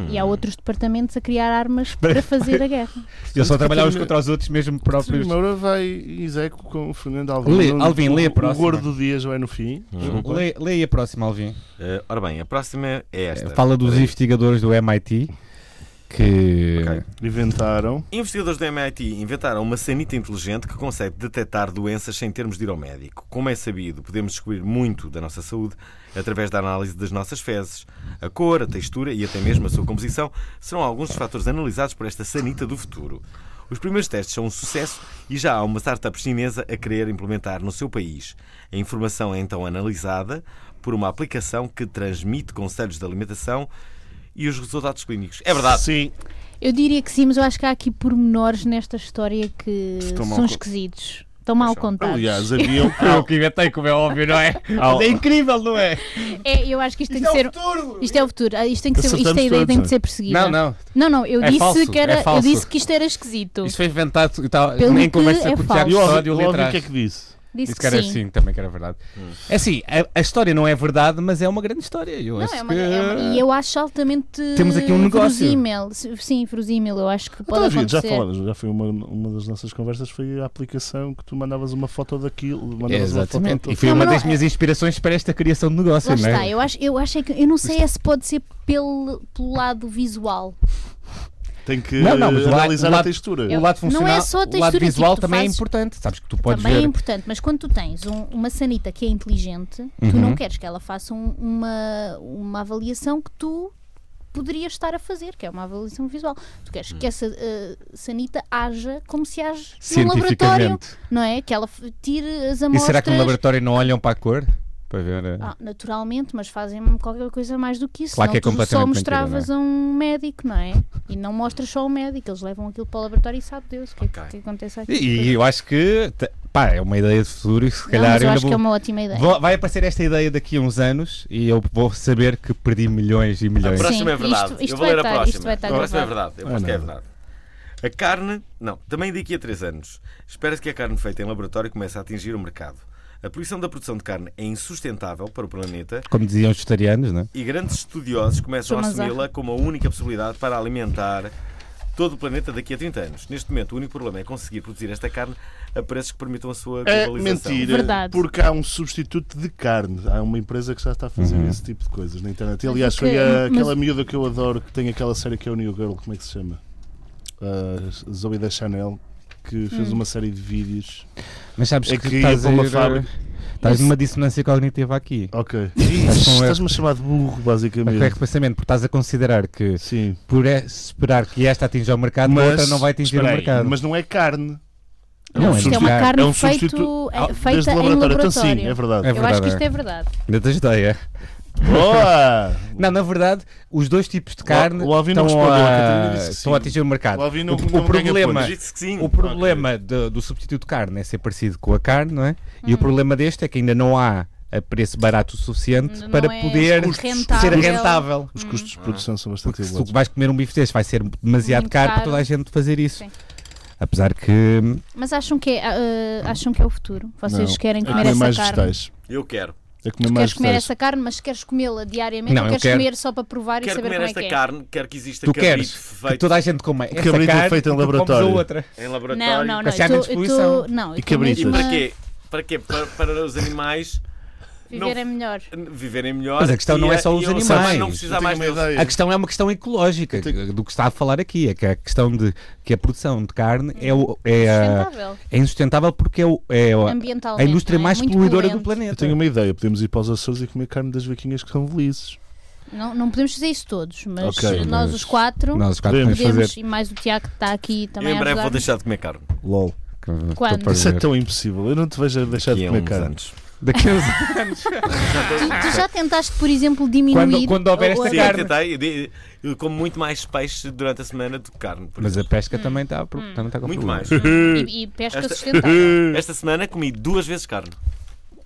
E há outros departamentos a criar armas
[laughs]
para fazer a guerra.
Eles só trabalhar uns
departamento-
contra os outros, mesmo
Sim,
próprios.
Moura vai Iseco com o Fernando Alvim.
Lê,
Não-
Alvim, lê a
o- O
próxima.
gordo do dia já é no fim. Desculpa.
Leia, leia a próxima, Alvin.
Eh, ora bem, a próxima é esta.
Eh, Fala dos investigadores do MIT que.
Ok.
Inventaram.
Investigadores do MIT inventaram uma sanita inteligente que consegue detectar doenças sem termos de ir ao médico. Como é sabido, podemos descobrir muito da nossa saúde através da análise das nossas fezes. A cor, a textura e até mesmo a sua composição serão alguns dos fatores analisados por esta sanita do futuro. Os primeiros testes são um sucesso e já há uma startup chinesa a querer implementar no seu país. A informação é então analisada por uma aplicação que transmite conselhos de alimentação e os resultados clínicos. É verdade.
Sim.
Eu diria que sim, mas eu acho que há aqui pormenores nesta história que
Estão mal
são
con-
esquisitos. Estão mal
são.
contados.
[laughs]
Aliás, havia. um
Eu que inventei, como é óbvio, não é?
[laughs] Ao-
É incrível, não é?
É, eu acho que isto tem que ser. Isto é o futuro. Ah, Isto tem que ser. Isto é a
Acertamos
ideia
todos,
tem que
não é?
ser perseguida.
Não, não.
Não, não, eu
É
disse
falso,
que era.
é
eu
falso.
disse que isto era esquisito.
Isto foi inventado. Eu estava
Pelo
em
que
conversa
é
com o Tiago
E eu
Sódio
ouvi
ali
eu ouvi o
atrás.
que é que disse.
Disse
Disse
que,
que era
sim.
assim, também que era verdade. É assim, a, a história não é verdade, mas é uma grande história. Eu
Não,
acho
é uma,
que...
é uma- e eu acho altamente.
Temos aqui um negócio.
Frusímel. Sim, frusímel, eu acho que pode
Então, David, já
acontecer.
falavas, já foi uma, uma das nossas conversas, foi a aplicação que tu mandavas uma foto daquilo,
É,
mandavas uma
Exatamente.
foto
E foi
Não,
uma
mas
das
não- é-
minhas inspirações para esta criação de negócio,
Lá
não é?
está, eu acho, eu acho é que eu não sei é se pode ser pelo, pelo lado visual. tá
Tem que
Não, não, mas o lado-
analisar
o lado-
a textura.
O lado funcional,
Não é só a
o lado
textura,
visual
tipo, tu
também é
fazes-
importante. Sabes que tu podes
Também é
ver.
importante, mas quando tu tens um- uma sanita que é inteligente, tu
Uhum.
não queres que ela faça um- uma, uma avaliação que tu poderias estar a fazer, que é uma avaliação visual. Tu queres
Hum.
que essa eh, sanita haja como se age num laboratório,
Cientificamente.
não é? Que ela f- tire as
E
amostras.
será que no laboratório não olham para a cor? Para ver. eh?
Ah, naturalmente, mas fazem qualquer coisa mais do que isso.
Claro que é
senão tu só
completamente
mostravas a um médico, não é? E não mostras só ao médico, eles levam aquilo para o laboratório e sabe Deus o que, é que-
Ok.
que acontece aqui.
E, e eu acho que. te- Pá, é uma ideia de futuro e se
Não,
calhar
mas eu
ainda
acho
vou-
que é uma ótima ideia.
vou- Vai aparecer esta ideia daqui a uns anos e eu vou saber que perdi milhões e
A
milhões.
Sim,
próxima é verdade.
isto- isto
eu vou
vai
ler a
estar-
próxima.
isto vai estar
a próxima é
gravado.
verdade. Eu acho
Ah,
que é
não.
verdade. A carne, não, também daqui a 3 anos, espera-se que a carne feita em laboratório comece a atingir o mercado. A poluição da produção de carne é insustentável para o planeta
Como diziam os vegetarianos, não é?
e grandes estudiosos começam a
Tomazar.
assumi-la como a única possibilidade para alimentar todo o planeta daqui a 30 anos. Neste momento, o único problema é conseguir produzir esta carne a preços que permitam a sua
É
globalização.
mentira,
Verdade.
porque há um substituto de carne. Há uma empresa que já está a fazer
Uhum.
esse tipo de coisas na internet. Aliás,
o
foi
que-
a-
mas-
aquela miúda que eu adoro, que tem aquela série que é o New Girl, como é que se chama? A Zoe da Chanel, que fez
Hum.
uma série de vídeos.
Mas sabes
É
que,
que ia
estás,
para
a
uma
ir- eh,
fábrica.
estás numa dissonância cognitiva aqui.
Ok.
com erro.
Estás-me a chamar de burro,
É
basicamente.
correto pensamento, porque estás a considerar que
Sim.
por é- esperar que esta atinja o mercado, a outra não vai atingir
espera
o
aí,
mercado.
Mas não é carne.
Não,
um
é
Isto é
substituto-
uma
Substituto-
carne
é um
feito,
substituto-
é,
Ah,
feita
desde
em laboratório.
laboratório. Então sim, é
É
verdade.
Eu acho
verdade,
que isto
é.
é verdade.
Ainda tens ideia.
Boa!
Não, na verdade, os dois tipos de carne
o Alvin não
estão,
respondeu, a
a,
Catarina disse que
estão a
sim.
atingir o mercado.
O Alvin não-
o,
não ganha
problema,
pontos.
Diz-se que sim.
o problema do, do substituto de carne é ser parecido com a carne, não é? E
Hum.
o problema deste é que ainda não há a preço barato o suficiente
Não
para
é
poder
rentável.
ser rentável.
Hum.
Os custos de produção são bastante
Porque se tu
elevados.
vais comer um biftex vai ser demasiado
Muito
caro, para
caro.
toda a gente fazer isso.
Sim.
Apesar que
Mas acham que é, ah, ah, acham que é o futuro? Vocês
Não,
querem
é
comer
comer
essa
mais
carne?
vegetais.
Eu quero.
É comer mais
Queres comer
vegetais.
essa carne, mas queres comê-la diariamente
Não,
ou
eu
queres
quero-
comer só para provar e
Quero
saber
comer
como é
esta
que é?
carne, quero que exista
tu
cabrito
queres que
feito
toda a gente coma essa
cabrito é
carne
feito
e
em
tu comes
laboratório.
a outra.
em
Não,
laboratório.
não, não.
Mas já
eu
na
tô- eu tô-
disposição.
não, eu ah,
E
tô mesmo
E
cabritas.
para
a
quê? Para quê? Para, para os animais
Viver
Não-
é melhor.
viverem melhor.
Mas a questão
e
não é só
e
os
eu
animais.
também Não
Eu
precisar
tenho
mais
uma
deles.
ideia.
A questão é uma questão ecológica
tenho-
do que está a falar aqui, é que a questão de que a produção de carne é, o- é, a-
Hum. Sustentável.
é insustentável porque é, o- é a-
Ambientalmente.
a indústria
não é?
mais
Muito
poluidora do
poluente.
Eu
planeta.
tenho uma ideia, podemos ir para os Açores e comer carne das vaquinhas que são felizes.
Não, não podemos fazer isso todos, mas
Ok,
nós
mas-
os quatro
Nós quatro
Podemos
podemos
podemos,
fazer.
e mais o Tiago que está aqui
Eu
também
em
a
breve vou
ajudar.
deixar de comer carne.
LOL.
Quando?
Estou a
Isso é
perder.
tão impossível. Eu não te vejo a deixar
Daqui
de
a
comer
é uns
carne.
anos.
Daqui a uns-
Tu, tu já tentaste, por exemplo, diminuir
Quando- quando houver esta
o-
Sim,
carne.
eu tentei. Eu di- Eu como muito mais peixe durante a semana do que carne. por
Mas é um a
exemplo.
Hum.
pesca também está a pro- também está com
Muito
problemas.
mais.
e, e pesca sustentável.
Esta semana comi duas vezes carne.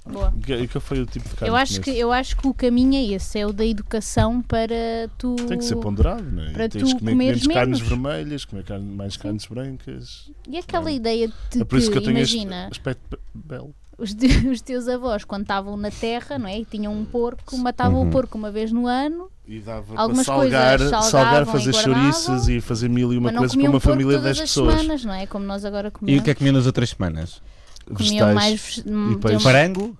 Boa.
E [laughs] que- E qual foi o tipo de carne?
Eu acho, que,
comeste?
eu acho que o caminho é esse, é o da educação para tu.
Tem que ser ponderado, não é?
Para
Tens de
tu
comer
comeres
menos carnes
menos.
vermelhas, comer carne- mais carnes brancas.
E aquela ideia de
É por isso
que,
que eu tenho este
imagina,
aspecto be- belo.
os, te- [laughs] os teus avós, quando estavam na terra, não é? E tinham um porco, matavam
Uhum.
o porco uma vez no ano,
E dava
Algumas
para salgar,
coisas salgavam
salgar
e
fazer
guardavam,
chouriças e fazer mil e uma
mas não
coisas para
comiam
uma
porco
família de
todas
10
as
pessoas.
semanas, não é? Como nós agora comemos.
E o que é que comiam nas outras semanas?
comiam
Vegetais.
mais ves- hum,
peixe.
tinham mais
Frango,
frango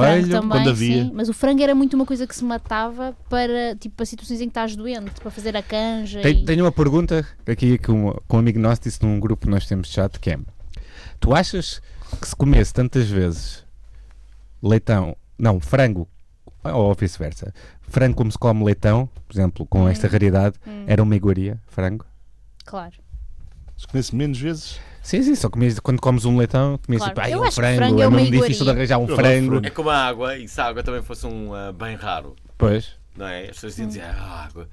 coelho,
também,
quando havia.
sim. Mas o frango era muito uma coisa que se matava para, tipo, para situações em que estás doente, para fazer a canja.
Tenho,
e...
tenho uma pergunta aqui que um, que um amigo nosso disse num grupo que nós temos de chat que é Tu achas que se comesse tantas vezes leitão, não, frango, ou vice-versa, frango como se come
Hum.
leitão, por exemplo, com esta raridade, era uma iguaria, frango?
Claro.
Se conheço menos vezes.
Sim, sim, só comias, quando comes um leitão, comias
Claro.
tipo, ai,
Eu
é um
acho que
frango,
frango é
é
uma
mesmo difícil de
iguaria.
arranjar um
Eu adoro
frango.
frango.
É como a água, e se a água também fosse um ah, bem raro,
Pois.
não é? As pessoas dizem, ah, água.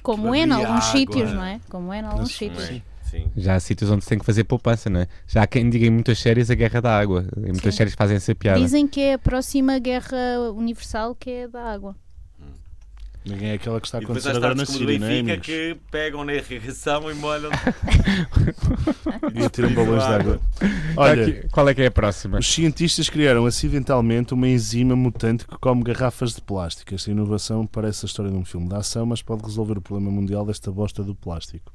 Como
Bebi
é em alguns
água.
sítios, não é? Como é em alguns
não é?
sítios.
Sim.
Já há sítios onde se tem que fazer poupança, não é? Já há quem diga em muitas séries a guerra da água. Em muitas
Sim.
séries fazem essa piada.
Dizem que é a próxima guerra universal que é da água.
Ninguém é aquela que está
E
a
depois
acontecer
há
agora na
estados como o
Síria, não é,
Benfica
amigos?
que pegam na irrigação e molham.
E tiram balões de água.
Tá
Olha,
aqui, qual é que é a próxima?
Os cientistas criaram acidentalmente uma enzima mutante que come garrafas de plástico. Esta inovação parece a história de um filme de ação, mas pode resolver o problema mundial desta bosta do plástico.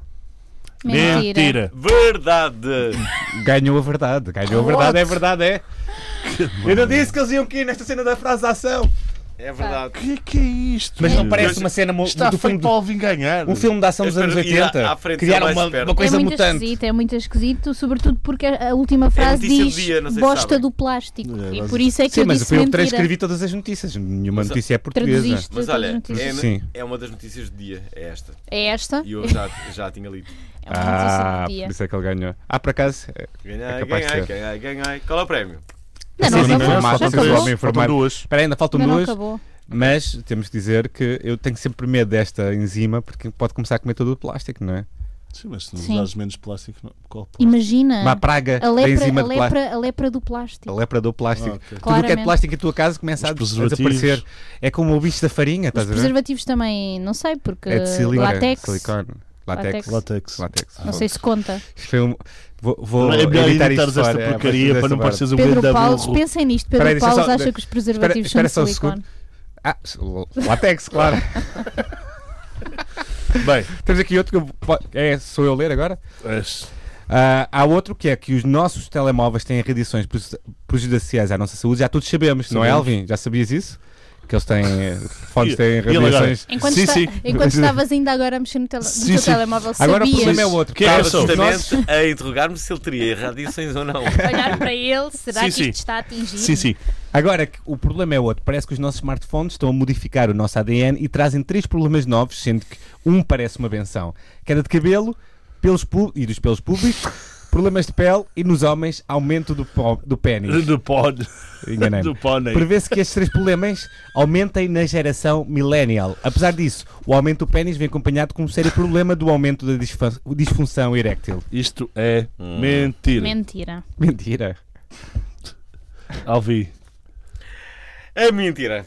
Mentira.
Verdade!
Ganhou a verdade. Ganhou a verdade, é verdade, é. Eu não disse que eles iam cair nesta cena da frase de ação.
É verdade.
O que é que é isto?
Mas não
meu?
parece uma cena mu-
Está
do filme
feito
do-
para alguém ganhar.
um filme de ação dos
Eu
anos
espero ir à-
80.
à frente,
Criaram
sou mais
uma,
esperto.
uma coisa
é muito
mutante.
esquisito, é muito esquisito, sobretudo porque a a última frase
notícia do
diz
dia, não sei se
bosta
sabem.
do plástico.
É,
e
mas-
por isso é que
Sim,
eu
mas
disse
foi eu que
mentira.
transcrevi todas as notícias. Nenhuma
Mas-
notícia é portuguesa.
Traduziste.
Mas
todas as
olha,
notícias.
Sim.
é, é uma das notícias do dia, é esta.
É esta?
E eu
[laughs]
já, já tinha lido.
É uma notícia
Ah,
do dia.
por isso é que ele ganhou. Ah, por acaso,
Ganhei,
É capaz de
ganhei,
ser.
ganhei, ganhei. Qual é o prémio?
Ainda não
Sim,
acabou,
não,
já
faltam
acabou.
três homens.
Faltam duas.
espera, ainda faltam
Ainda não
duas.
acabou.
Mas temos que dizer que eu tenho sempre medo desta enzima porque pode começar a comer todo o plástico, não é?
Sim, mas se
Sim.
não usares menos plástico, não. Qual plástico?
Imagina
Uma praga
Ah. a
da
lepra,
enzima
a,
de plástico.
lepra, a lepra do plástico.
A lepra do plástico.
Ah,
Tudo é
ok.
o que é de
Claramente.
plástico em tua casa começa
Os
a des- a
preservativos.
desaparecer. É como o bicho da farinha,
Os
estás a ver?
preservativos também, não sei, porque
É de silicone.
látex,
silicone. Látex.
Látex.
Látex.
Látex.
não sei se conta.
Isto foi um- Vou, vou
é melhor
editar
editares
isto
esta
fora, é, vou
porcaria
fazer
para não
esta parte.
pareceres um grande
Pedro Paulo,
burro.
pensem nisto, Pedro
Espera aí, deixa
Paulo
só-
acha que os preservativos
espera-
são de
espera só um
silicone.
Ah, látex, claro. [laughs]
Bem,
Temos aqui outro que eu... po- É, sou eu a ler agora?
mas
Ah, há outro que é que os nossos telemóveis têm radiações preju- prejudiciais à nossa saúde, já todos sabemos, não é,
Sabemos.
Alvin? Já sabias isso? Que eles têm. eh, Fones
E-
têm
e ele agora?
radiações.
Enquanto,
Sim,
esta-
sim.
enquanto estavas ainda agora a mexer no, tele, no
Sim,
teu
sim.
telemóvel,
Agora o
sabias
problema é outro.
Que é
Estava
eu sou?
justamente-
Justamente a interrogar-me se ele teria radiações ou não.
olhar para ele, será
Sim,
que
sim.
isto está a atingir?
Sim, sim.
Agora que o problema é outro. Parece que os nossos smartphones estão a modificar o nosso ADN e trazem três problemas novos, sendo que um parece uma benção: queda de cabelo, pelos pú- e dos pelos públicos,
[laughs]
problemas de pele e nos homens aumento do, pó- do pênis.
Do pod.
[laughs] Enganei-me.
Do pônei.
Prevê-se que estes três problemas aumentem na geração millennial. Apesar disso, o aumento do pênis vem acompanhado com um sério problema do aumento da disfa- disfunção eréctil.
Isto é
Hum.
mentira.
Mentira.
Mentira.
Alvi.
É mentira.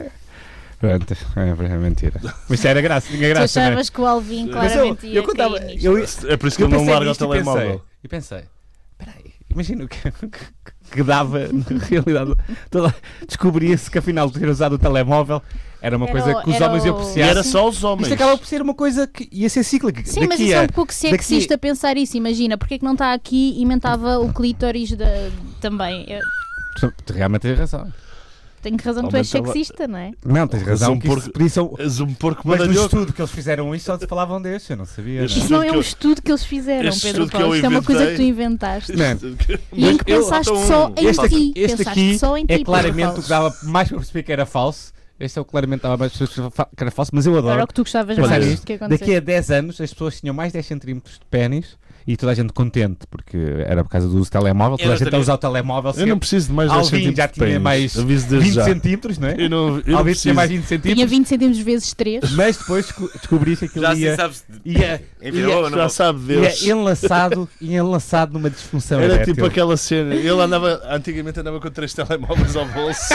Pronto, é, é mentira. Mas isso era graça, tinha
Tu
graça. não é?
achavas que o
Mas
Alvin
eu,
claramente ia
eu contava.
cair nisto.
Eu,
É por isso que
eu
ele não
pensei
larga o
nisto e pensei-
telemóvel.
E pensei, peraí, imagina o que, [laughs] que- que dava na [laughs] realidade. Toda- Descobria-se que afinal ter usado o telemóvel era uma
Era o-
coisa que os
era
homens
o-
iam
E
apreciar.
era só os homens.
é assim? Isto acaba por ser uma coisa que ia ser cíclica.
Sim, mas
Daqui
isso
a-
é um pouco sexista pensar isso, imagina, porque é que não está aqui e mentava o clítoris da... também? Eu
Tu realmente tens razão.
tenho razão que tu és
Aumentava-
sexista, não é?
Não, tens razão.
um
que isso-
porco-
por isso- é
És um porco
mas no
badalhoco.
estudo que eles fizeram isso, só te falavam deste, eu não sabia.
Este-
Não.
Isso não é
estudo
um
que eu-
estudo que eles fizeram,
este
Pedro
estudo que eu
Paulo. Isto é uma coisa que tu
inventei.
inventaste.
Não.
E em que
eu-
pensaste
falta
só
um.
em
Este
ti.
Este
pensaste
aqui
só em ti,
é
Pedro
claramente
Paulo.
o que dava mais para perceber que era falso. Este é o que claramente dava mais para perceber que era falso, mas eu
Era o
adoro.
que tu gostavas
Pensar
mais
nisto.
do que aconteceu.
Daqui a 10 anos as pessoas tinham mais 10 centímetros de pênis e toda a gente contente, porque era por causa do uso do telemóvel, toda
Eu
a gente a
também-
usar o telemóvel
Eu
sempre.
não preciso de mais 10
Alvin
centímetros
já
de
tinha
pênis.
mais
Aviso
20
desde já.
centímetros, não é?
Eu não, eu não
Alvin
preciso.
tinha mais 20 centímetros.
Tinha 20 centímetros vezes 3.
Mas depois desco- descobri que aquilo
Já se
ia,
sabe se
ia,
enviou ou não.
Já sabe Deus.
ia enlaçado, ia enlaçado numa disfunção
Era
erétil.
tipo aquela cena. Ele andava, antigamente andava com três telemóveis ao
[laughs]
bolso.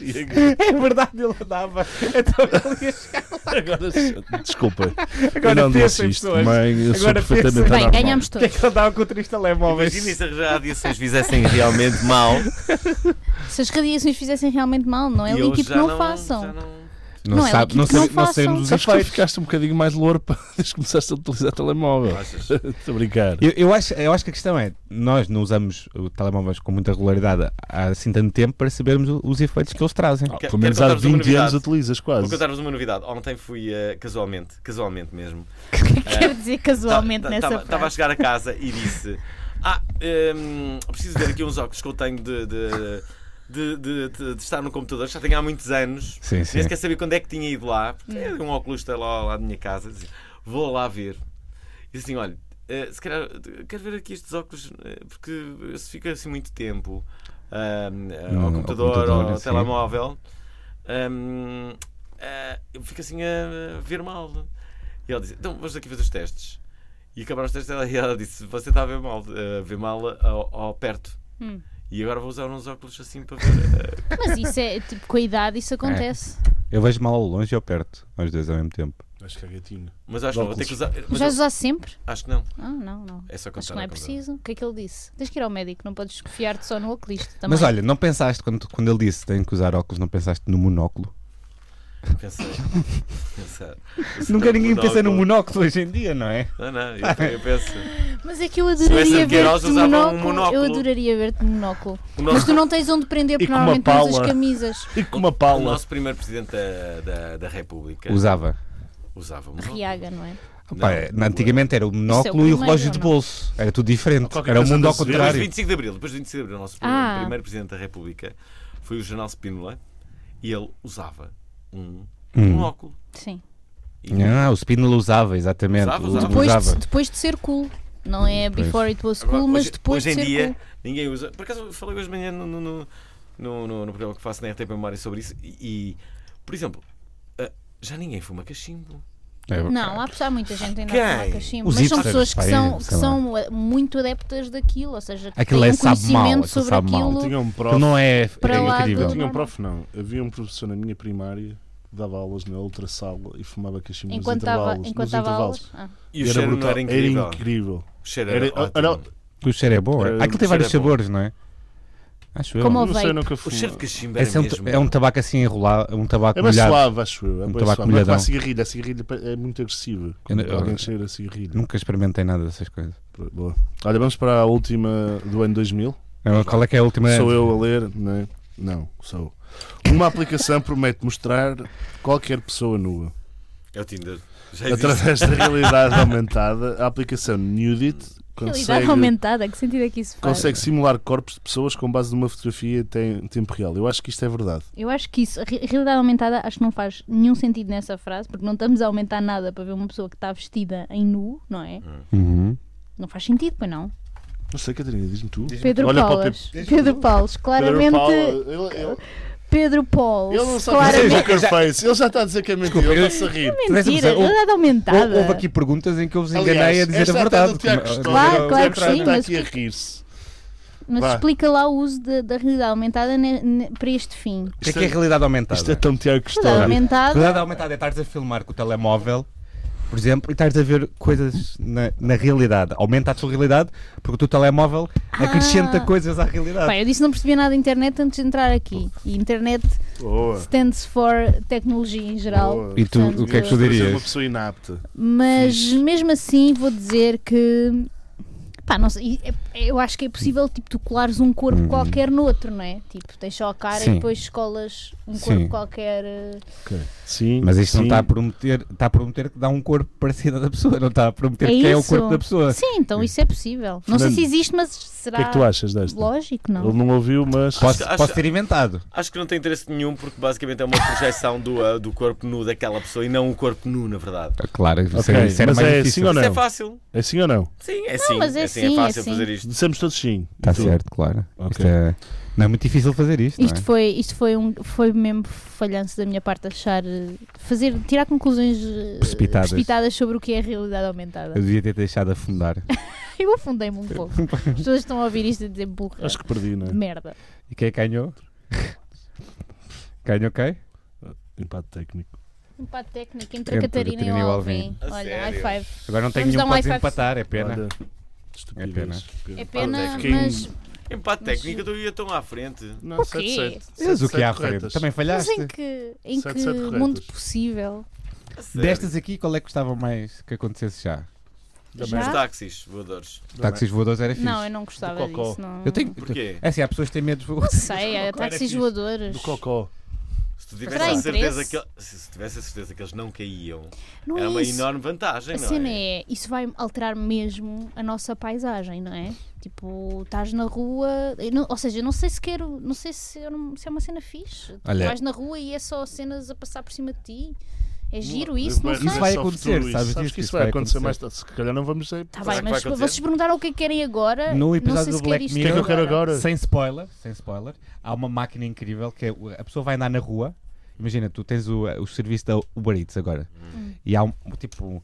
E agora-
[laughs] É verdade, ele andava.
[laughs]
Então ele ia chegar.
agora. Desculpa.
Agora
eu não
pensa
disse
em
isto,
pessoas.
mãe. Eu sou
Agora
perfeitamente
pensa.
Bem,
anormal.
ganhámos
Porque é
todos.
que ele andava com três telemóveis?
Imagina se as radiações fizessem realmente mal.
Se as radiações fizessem realmente mal, não é
e eu
líquido que
já
não,
não já
façam.
não-
Não é líquido que não façam.
sabemos os
Sabes que tu
efeitos.
ficaste um bocadinho mais louro para- [laughs] desde que começaste a utilizar telemóvel.
Achas?
[laughs] Estou a brincar.
Eu, eu acho, eu acho que a questão é, nós não usamos o telemóveis com muita regularidade há assim tanto tempo para sabermos o- os efeitos que eles trazem.
Ah,
Quer-
Pelo menos
quero
há
contar-vos uma
20 anos
novidade.
utilizas
Vou
quase.
contar-vos uma novidade. Ontem fui eh, casualmente, casualmente mesmo.
[laughs] Quero dizer
Tá,
Tá,
casualmente nessa
Estava a
frase.
chegar a casa e disse: Ah, hum, preciso ver aqui uns óculos que eu tenho de. de- de- de- de- de estar no computador, já tenho há muitos anos.
Sim, sim.
Nem sequer sabia quando é que tinha
Hum.
ido lá. Porque é um óculos está lá, lá à minha casa. Dizia, Vou lá ver. E assim: olha, eh, eh, se calhar, eh, quero ver aqui estes óculos, eh, porque se fica assim muito tempo ah, ah,
No-
ao
ao
computador,
computador,
ao
sim.
telemóvel, ahm, ah, eu fico assim a ver mal. E ela disse: Então vamos aqui fazer os testes. E acabaram os testes ela- e ela disse: Você está a ver mal, eh, a ver mal ao, ao perto.
Hum.
E agora vou usar uns óculos assim para ver. ah,
Mas isso é, tipo, com a idade isso acontece.
Eu vejo mal ao longe e ao perto, aos dois ao mesmo tempo.
Acho que é gatinho.
mas acho que não, vou ter que usar. eh,
Mas
mas
vais
eu-
usar sempre?
acho que não.
Ah, não, não.
É só
Acho
começar
que não
a
é
contar.
preciso. O que é que ele disse? Tens que ir ao médico, não podes desconfiar-te só no oculista. Também.
Mas olha, não pensaste quando, quando ele disse tem que usar óculos, não pensaste no monóculo?
[laughs]
Pensei. pensar.
Nunca ninguém pensa no
monóculo.
monóculo hoje em dia, não é?
Não, não, eu, também penso.
Mas é que eu
tivesse
adoraria
de Queiroz,
ver-te de
usava um
monóculo. Eu
monóculo.
adoraria ver-te de monóculo.
O
Mas
nosso,
tu não tens onde prender porque
E com uma
normalmente tu usas
pala.
camisas.
E com uma
o
pala.
nosso primeiro presidente da, da, da República
Usava.
usava um
Riaga, não é?
Pá,
Não,
antigamente era o monóculo e o
primeiro,
relógio de
ou não? é?
bolso. Era tudo diferente.
Qualquer
Era o
coisa
mundo ao
das vezes.
Depois de
contrário.
25 de Abril, depois de 25 de Abril, o nosso
Ah.
primeiro presidente da República foi o Jornal Spínola e ele usava um,
Hum.
um óculo.
Sim.
E
Não, o Spínola usava, exatamente.
Usava,
O-
usava.
Depois,
usava.
De, depois de ser cool. Não é
Pois.
before it was
agora,
cool, mas
hoje,
depois
hoje
de
em
ser
dia
cool.
ninguém usa. Por acaso eu falei hoje de manhã no, no, no, no, no- no programa que faço na RTP Memória sobre isso e, e, por exemplo, ah, já ninguém fuma cachimbo.
É,
Não, há, há muita gente ainda
Quem?
a fumar cachimbo.
Os
Mas são
hipsters,
pessoas que
pá,
são,
aí,
que
sei lá.
são eh, muito adeptas daquilo, ou seja, que
Aquilo
têm
é-
um
sabe mal,
conhecimento
aquilo
sobre
sabe mal.
aquilo.
Tinha um
Aquilo
prof.
não é,
Para
é
lá
incrível.
Eu
do-
tinha um prof, não. Havia um professor na minha primária que dava aulas na outra sala e fumava cachimbo um- nos
Enquanto estava
intervalos.
enquanto
nos
dava
intervalos.
aulas. Ah.
E o cheiro não
brutal,
era incrível.
Era incrível.
O cheiro era,
Era-
ótimo.
olha-
O cheiro é bom.
É,
é? Aquilo
o
tem vários
cheiro é bom.
sabores, não é? Acho eu.
Como
Eu
o
não sei,
vape.
nunca
O
fumei.
cheiro de cachimbo era
Esse é um,
mesmo.
é um tabaco assim enrolado, um tabaco
É bem
molhado.
suave, acho eu. É
Um
bem
tabaco
suave. Não é como
molhadão.
a cigarrilha. A cigarrilha é muito agressiva. Quando
Eu não-
alguém cheira a cigarrilha.
Nunca experimentei nada dessas coisas.
Boa. Olha, vamos para a última do ano 2000.
Não, Qual é que é a última?
Sou eu a ler, não é? Não, sou. Uma aplicação promete mostrar qualquer pessoa nua.
É o Tinder. Já existe.
Através da realidade aumentada, a aplicação Nudit
Realidade
consegue,
aumentada, que sentido é que isso faz?
consegue simular corpos de pessoas com base numa fotografia em te- em tempo real. Eu acho que isto é verdade.
Eu acho que isso, a re- realidade aumentada, acho que não faz nenhum sentido nessa frase, porque não estamos a aumentar nada para ver uma pessoa que está vestida em nu, não é?
Uhum.
Não faz sentido, pois não?
Não sei, Catarina, diz-me tu.
Pedro
Olha para o
Paulas. Pedro Paulas, claramente.
Paulo, ele, ele,
Pedro Paulas.
ele não sabe fazer
claramente.
poker face. Ele já está a dizer que é mentira. Ele está-se a rir.
Mentira,
Houve-
realidade aumentada.
Houve aqui perguntas em que eu vos enganei
Aliás,
a dizer
esta
a
até
verdade.
do Tiago
Como-
Custódio,
Claro, claro que
ele
sim,
Está
mas
aqui a
o
rir-se.
Mas
Vá.
explica lá o uso de- da realidade aumentada ne- ne- para este fim.
O que é que é realidade aumentada?
Isto é tão Tiago
Realidade
Custódio.
aumentada.
Realidade aumentada é estares a filmar com o telemóvel, por exemplo, e estares a ver coisas na, na realidade. Aumenta a tua realidade porque o teu telemóvel
Ah.
acrescenta coisas à realidade.
Pá, eu disse que não percebia nada da internet antes de entrar aqui. E internet
Boa.
stands for tecnologia em geral.
Boa.
e tu, o que é que tu
Portanto,
Fazer uma
dirias?
pessoa inapta.
Mas mesmo assim vou dizer que pá, não sei, e- é- eu acho que é possível tipo, tu colares um corpo
Uhum.
qualquer no outro, não é? Tipo, tens só a cara
Sim.
e depois colas um
Sim.
corpo qualquer. eh,
Sim,
Mas isto não
sim.
está a prometer, está a prometer que dá um corpo parecido ao da pessoa, não está a prometer
É
que é o
isso.
corpo da pessoa.
Sim, então isso é possível. Não sei
Fernando,
se existe, mas
O
será
que é que tu achas desta?
lógico,
Ele
não.
não ouviu, mas.
Posso,
Acho-
posso ter inventado.
Acho que não tem interesse nenhum porque basicamente é uma projeção do, ah, do corpo nu daquela pessoa e não o corpo nu, na verdade.
Ah, Claro, isso,
Ok,
isso era
mas
mais
é
difícil.
assim ou não?
Isso é fácil.
É sim ou não?
Sim, é sim.
mas é
é, sim,
sim,
é fácil
é sim.
fazer isto.
Dissemos todos sim. E
Está
tu?
Tá certo, claro.
Ok.
Isto é- Não é muito difícil fazer isto. não é?
Isto foi, isto foi, um, foi mesmo falhanço da minha parte achar eh, fazer, tirar conclusões eh,
Precipitadas.
precipitadas sobre o que é a realidade aumentada.
Eu devia ter deixado
[laughs]
afundar.
Eu afundei-me
[laughs]
um pouco. As pessoas estão a ouvir isto a dizer burra.
Acho que perdi, não é?
Merda.
E quem ganhou? ganhou quem?
Empate técnico.
Empate técnico entre,
Entre
a Catarina,
Catarina
e
e
o
o
Alvin.
Alvin. A
Olha, high
sério?
five.
Agora não tem
Vamos dar
nenhum para
um high five.
desempatar, é pena.
Olha,
É pena.
estupidez.
É pena,
Alvin.
mas.
Empate técnico, eu ia tão à frente.
Ah, Não,
O quê?
7-7.
Mas o que há à frente?
7-7 corretas.
Também
Mas
falhaste?
em que, em
Sete,
que
sete corretas.
mundo possível?
A sério.
Destas aqui, qual é que gostava mais que acontecesse já?
Também.
Os
Já?
táxis voadores.
é.
Táxis voadores era fixe.
Não, eu não gostava
Do cocó.
disso. Não.
Eu tenho.
Porquê?
É assim, há pessoas que têm medo de
Não
voadores.
sei,
Cocó
é
era
táxis
fixe.
voadores.
Do Cocó.
Se tu tivesse
Terá
a certeza
interesse?
que ele- se se tivesse a certeza que eles não caíam,
Não
é
é
uma
isso.
enorme vantagem,
A
não
cena
é?
é, isso vai alterar mesmo a nossa paisagem, não é? Tipo, estás na rua, eu não- ou seja, eu não sei se quero, não sei se, eu não- se é uma cena fixe. Tu
Olha-
vais na rua e é só cenas a passar por cima de ti. É giro isso? Não
Mas
sei.
Isso vai
só
acontecer,
futuro isso.
sabes
Sabes
disso,
que isso vai acontecer mais tarde. Se calhar não vamos dizer.
Tá
Será
bem,
é que vai
mas
acontecer?
vocês perguntaram o que é que querem agora.
No
não
episódio
sei
do
se
Black
quer isto
O que é que eu quero agora?
Sem spoiler, sem spoiler, há uma máquina incrível que é, a pessoa vai andar na rua. Imagina, tu tens o, o serviço da Uber Eats agora
Hum.
e há um tipo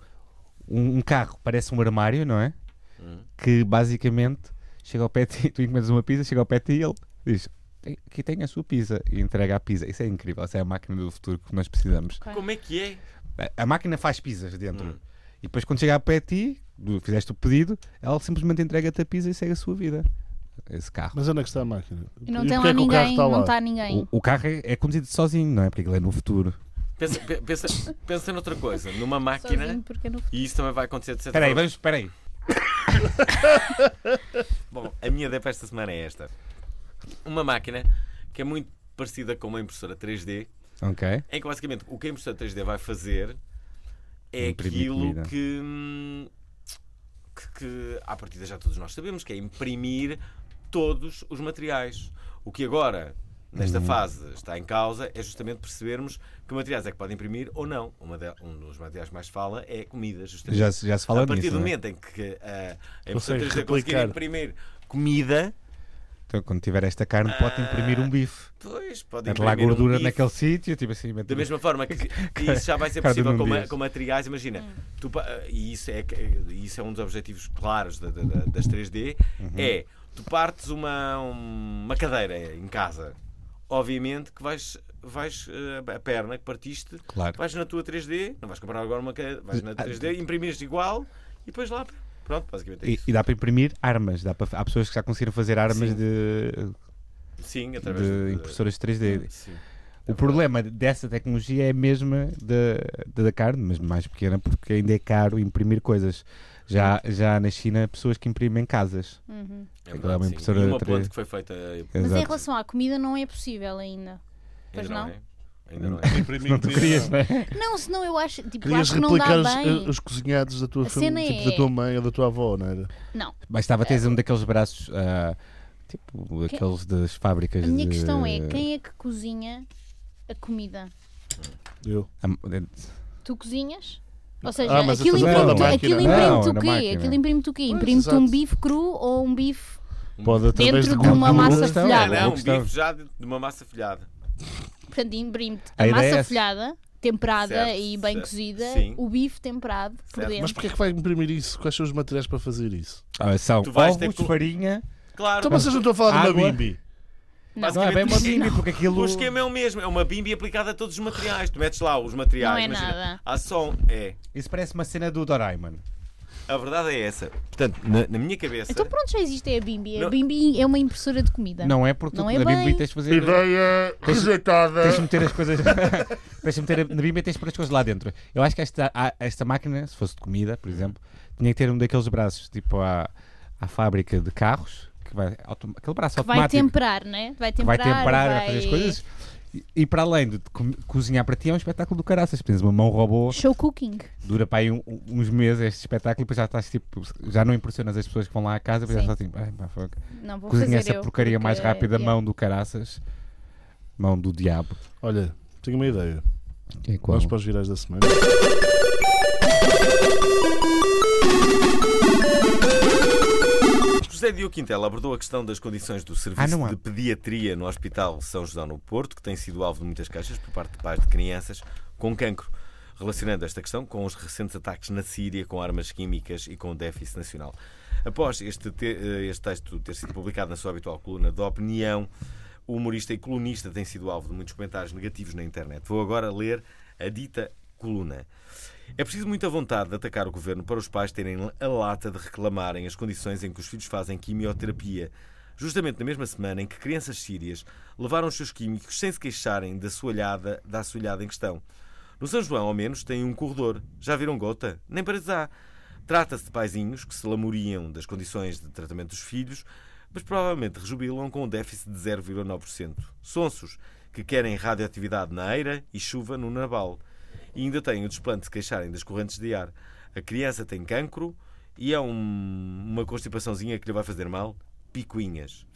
um, um carro, parece um armário, não é?
Hum.
Que basicamente chega ao pé de ti, [laughs] tu encomendas uma pizza, chega ao pé de ti e ele diz: "Tem- Aqui tem a sua pizza e entrega a pizza. Isso é incrível, essa é a máquina do futuro que nós precisamos.
Como é que é?
A- A máquina faz pizzas dentro.
Hum.
E depois, quando chega a pé de ti, tu fizeste o pedido, ela simplesmente entrega-te a pizza e segue a sua vida. Esse carro.
Mas onde é que está a máquina?
E não
E
tem lá
porquê é que o carro
ninguém,
está
não tá-
lá?
está ninguém.
O, o carro é, é conduzido sozinho, não é? Porque ele é no futuro.
Pensa, pe- pensa, pensa noutra coisa, numa máquina,
Sozinho, porque não...
e isso também vai acontecer de certa
Espera aí,
forma.
vamos, espera aí.
Bom, a minha ideia para esta semana é esta. Uma máquina que é muito parecida com uma impressora 3D,
Ok.
em É que basicamente o que a impressora 3D vai fazer é
Imprimir
aquilo
comida.
que, hum, que, que à partida já todos nós sabemos, que é imprimir todos os materiais. O que agora,
Hum.
nesta fase, está em causa é justamente percebermos que materiais é que pode imprimir ou não. Uma de- um dos materiais que mais se fala é comida, justamente.
Já, se- já se fala
a partir
nisso.
do
não é?
momento em que ah, a impressora
Consegue
3D conseguir
replicar.
imprimir comida,
Então, quando tiver esta carne, pode imprimir um bife.
pois pode
Mete lá
Ah, imprimir um
gordura
bife.
naquele sítio, tipo assim. mete-
Da mesma forma
[laughs]
que que isso já vai ser
Cara do
possível
Nuno
com, ma-
Dias.
com materiais, imagina,
Hum.
tu pa- e isso é, que- isso é um dos objetivos claros da- da- da- das 3D,
Uhum.
é tu partes uma, um, uma cadeira em casa, obviamente que vais, vais eh, a perna que partiste,
Claro. Ah,
vais na tua 3D, não vais comprar agora uma cadeira, vais na 3D, imprimes igual e depois lá, pronto, basicamente é
E,
isso.
e dá para imprimir armas. Dá para, há pessoas que já conseguiram fazer armas
Sim.
de,
Sim, através
de impressoras 3D.
Sim. é
O problema dessa tecnologia é a mesma da, da da carne, mas mais pequena, porque ainda é caro imprimir coisas. Já, já na China, há pessoas que imprimem casas.
Uhum.
É
Agora
verdade,
uma
sim.
impressora
E uma
3D.
ponte que foi feita ainda
Mas em
Exato.
relação à comida não é possível ainda. Pois
não
não.
é. Ainda não é.
Não tu querias, não é?
Não, senão eu acho, tipo,
Querias
acho que não dá
replicar
bem.
os, os cozinhados da tua,
A cena
família, tipo,
é-
da tua mãe ou da tua avó, não era?
Não,
Mas estava a ter um daqueles braços, ah, tipo aqueles das fábricas.
a minha
de-
questão é, quem é que cozinha a comida?
Eu.
Am- Ah,
Tu cozinhas? Ou seja,
Ah, mas eu
aquilo,
estou a
falar da
imprime-te,
máquina. né?
aquilo
Não,
imprime-te
na
o quê?
máquina.
Aquilo imprime-te o quê? Imprime-te
exato.
um bife cru ou um bife
Pode através
dentro
de,
de uma
gordura.
massa
Questão,
folhada?
Boa
Não, um
questão.
bife já de de uma massa folhada.
Portanto, imprime-te
A ideia
a,
é
massa
essa.
folhada, temperada
Certo,
e bem
certo.
cozida,
Sim.
o bife temperado por
Certo.
dentro.
Mas porquê é que vai imprimir isso? Quais são os materiais para fazer isso?
Ah, são
Tu vais ter
ovos,
que-
farinha.
Claro,
Então vocês não estão a falar de
Água.
uma bimbi?
Não.
Não é bem uma
Basicamente, um assim,
bimbi, porque aquilo.
O esquema é o mesmo, é uma bimbi aplicada a todos os materiais. Tu metes lá os materiais,
Não é
imagina.
nada.
Há som, é.
Isso parece uma cena do Doraemon.
A verdade é essa. Portanto, na, na minha cabeça.
Então pronto, já existe é a Bimbi.
Não.
A Bimbi é uma impressora de comida.
Não é porque
Não
tu,
é
na Bimbi
bem.
tens de fazer.
Ideia rejeitada.
Deixa-me meter as coisas. [laughs] Deixa-me meter a- na Bíblia tens de pôr as coisas lá dentro. Eu acho que esta, a- esta máquina, se fosse de comida, por exemplo, tinha que ter um daqueles braços, tipo à, à fábrica de carros, que vai, autom- aquele braço
Que vai
automático
temperar, né? Vai
que vai
temperar,
temperar, vai
vai-
fazer as coisas. E, e para além de co- cozinhar para ti, é um espetáculo do caraças. Tens uma mão robô,
Show cooking.
dura para aí um- um- uns meses este espetáculo e depois já estás tipo, já não impressionas as pessoas que vão lá à casa, depois já
Sim.
estás tipo, "Ai, pá, fuck."
Não vou
cozinha
fazer
essa
eu,
porcaria mais
porque- é,
rápida,
yeah.
mão do caraças, mão do diabo.
Olha, tenho uma ideia.
É
Vamos para os virais da semana.
José Diogo Quintela abordou a questão das condições do
Ah,
serviço
não há.
de pediatria no Hospital São José no Porto, que tem sido alvo de muitas queixas por parte de pais de crianças com cancro, relacionando esta questão com os recentes ataques na Síria com armas químicas e com o déficit nacional. Após este, te- eh, este texto ter sido publicado na sua habitual coluna de opinião, o humorista e colunista tem sido alvo de muitos comentários negativos na internet. Vou agora ler a dita coluna. É preciso muita vontade de atacar o governo para os pais terem a lata de reclamarem as condições em que os filhos fazem quimioterapia. Justamente na mesma semana em que crianças sírias levaram os seus químicos sem se queixarem da soalhada, da assoalhada em questão. No São João, ao menos, tem um corredor. Já viram gota? Nem parece há. Trata-se de paizinhos que se lamuriam das condições de tratamento dos filhos, mas provavelmente rejubilam com um déficit de 0,9%. Sonsos que querem radioatividade na eira e chuva no Nabal. E ainda têm o desplante de se queixarem das correntes de ar. A criança tem cancro e é um- uma constipaçãozinha que lhe vai fazer mal. picuinhas.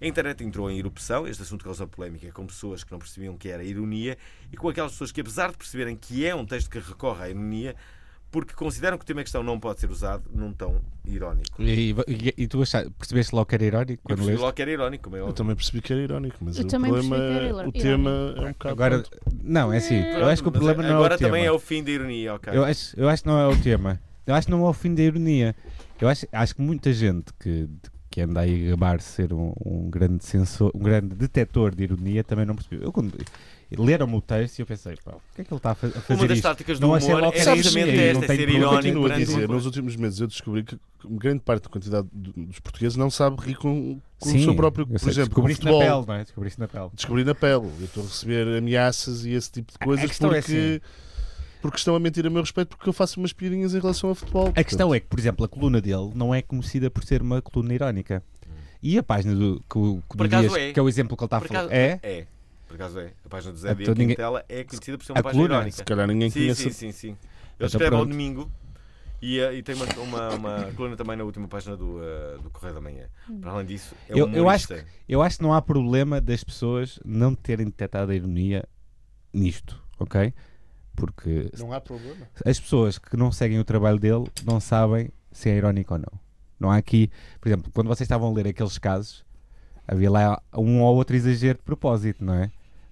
A internet entrou em erupção, este assunto causou polémica com pessoas que não percebiam que era ironia e com aquelas pessoas que, apesar de perceberem que é um texto que recorre à ironia, porque consideram que o tema em questão não pode ser usado num tom irónico.
E, e- e tu achaste, percebeste logo que era irónico?
Eu
Quando
percebi
leste?
logo que era irónico, como é
Eu
óbvio.
também percebi que era irónico, mas
Eu
o
também
problema
percebi que era
é- o
irónico.
tema é um bocado.
Agora, não, é assim. Eu acho que o
Mas
problema não é o
agora
tema.
também é o fim da ironia, ok?
Eu acho, eu acho que não é o tema. Eu acho que não é o fim da ironia. Eu acho, acho que muita gente que, que anda aí a gabar ser um, um grande sensor, um grande detetor de ironia também não percebeu. Eu quando leram-me o texto e eu pensei, pá, o que é que ele está a fa- a fazer
Uma das
isto?
táticas do
Não achei
humor
logo
é
que era
exatamente
ironia,
esta,
não
é
tem
ser
problema.
irónico um
Continuo a
perante
dizer,
uma-
nos últimos meses eu descobri que grande parte da quantidade do- dos portugueses não sabe rir com, com o
Sim,
seu próprio.
eu
Por
sei,
exemplo, com
descobriste na
futebol.
pele, não é? Descobriste na pele.
Descobri na pele. Eu estou a receber ameaças e esse tipo de coisas
questão é assim.
porque, porque estão a mentir a meu respeito porque eu faço umas pirinhas em relação a futebol.
A questão é que, por exemplo, a coluna dele não é conhecida por ser uma coluna irónica. E a página do, que, o- que,
Por
do
acaso
Dias,
é.
que é o exemplo que ele está a
Por
falar,
acaso-
é
É, por acaso é. A página do Zé
Então
Dias
ninguém-
Quintela é conhecida por ser
A
uma página
coluna,
Se
irónica.
calhar ninguém
Sim,
conhece.
sim, sim, sim. Ele
Então
escreve ao
pronto.
domingo e, eh, e tem uma, uma, uma coluna também na última página do, eh, do Correio da Manhã. Para além disso, é
Eu-
um
eu acho
humorista.
Eu acho que não há problema das pessoas não terem detectado a ironia nisto, ok? Porque
Não há problema.
as pessoas que não seguem o trabalho dele não sabem se é irónico ou não. Não há aqui, por exemplo, quando vocês estavam a ler aqueles casos, havia lá um ou outro exagero de propósito, não é?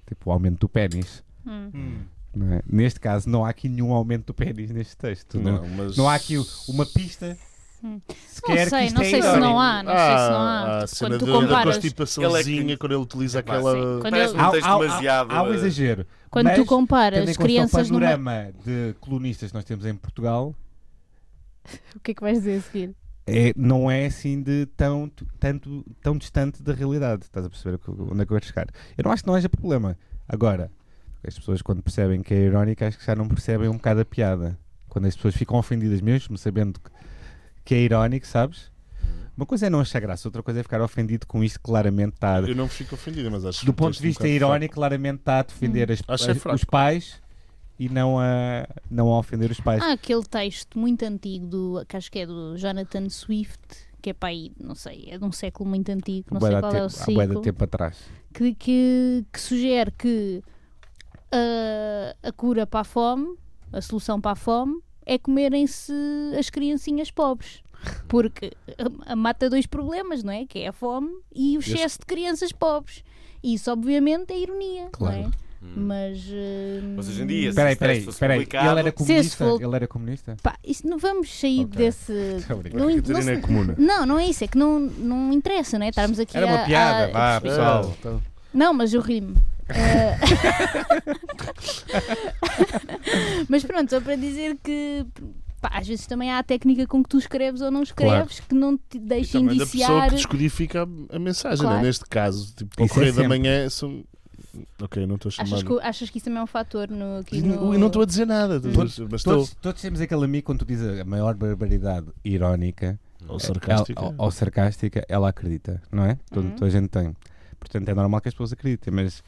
Tipo o aumento do pênis.
Hum.
não é? Neste caso, não há aqui nenhum aumento do pênis neste texto. Não, é?
Não, mas...
não há aqui o- uma pista
Hum.
sequer
sei,
que isto
não
é
sei se
irónico.
Ah, não há. se não há. Tipo,
a
Quando
Ah, cena
tu
de- da
comparas-
constipaçãozinha
Ele é que-
quando ele utiliza
Epá,
aquela.
sim. Quando
Parece
ele-
um texto
há,
demasiado.
há um
eh,
exagero.
Quando
mas,
tu comparas
Tendo em conta o
crianças numa.
panorama de colunistas que nós temos em Portugal,
[laughs] O que é que vais dizer a seguir?
é, não é assim de tão, tanto, tão distante da realidade. Estás a perceber o que- onde é que eu quero chegar? Eu não acho que não haja problema. Agora, as pessoas quando percebem que é irónico, acho que já não percebem um bocado a piada. Quando as pessoas ficam ofendidas mesmo, sabendo que, que é irónico, sabes? Uma coisa é não achar graça, outra coisa é ficar ofendido com isto que claramente está.
Eu não fico ofendido, mas acho
Do
um
ponto
texto
de
um
vista
bocado
irónico, claramente está a defender
Hum.
as-
Acho que é
as-
fraco.
os pais e não a, não a ofender os pais.
Há aquele texto muito antigo do, que acho que é do Jonathan Swift, que é para aí, não sei, é de um século muito antigo, não
Bué
sei
da
qual é o
tempo- há bué da
século,
tempo atrás.
que, que, que sugere que ah, a cura para a fome, a solução para a fome, é comerem-se as criancinhas pobres. Porque ah, mata dois problemas, não é? Que é a fome e o excesso de crianças pobres. Isso, obviamente, é ironia, não é?
Claro.
Mas. ah,
Mas hoje em dia, se
Espera aí,
esse
espera aí,
texto fosse
espera aí.
publicado, é
Ele era comunista?
for-
Ele era comunista? [laughs]
Pá, isso não vamos sair
Ok.
desse.
Tá bem.
Não, in- não,
Catarina é
se-
comuna.
não, não é isso, é que não, não interessa, não é? Estarmos aqui
Era uma
a-
piada,
a-
vá,
fraco.
pessoal.
Ah, então.
Não, mas eu rimo. É. [laughs] mas pronto, só para dizer que pá, às vezes também há a técnica com que tu escreves ou não escreves que não te
E
deixa
também da pessoa
indiciar.
que descodifica a, a mensagem,
Claro.
né? neste caso, tipo, para o
Isso é
correio da
sempre.
manhã são. Ok, não estou a chamar.
Achas que, achas que isso também é um fator no. Aqui
E
no...
não- e não estou a dizer nada, estou a
Todos-
dizer- mas estou
Todos, todos temos aquele amigo quando tu dizes a maior barbaridade irónica
ou sarcástica.
ela- ou, ou sarcástica, ela acredita, não é? Toda,
Uhum.
toda a gente tem. Portanto, é normal que as pessoas acreditem, mas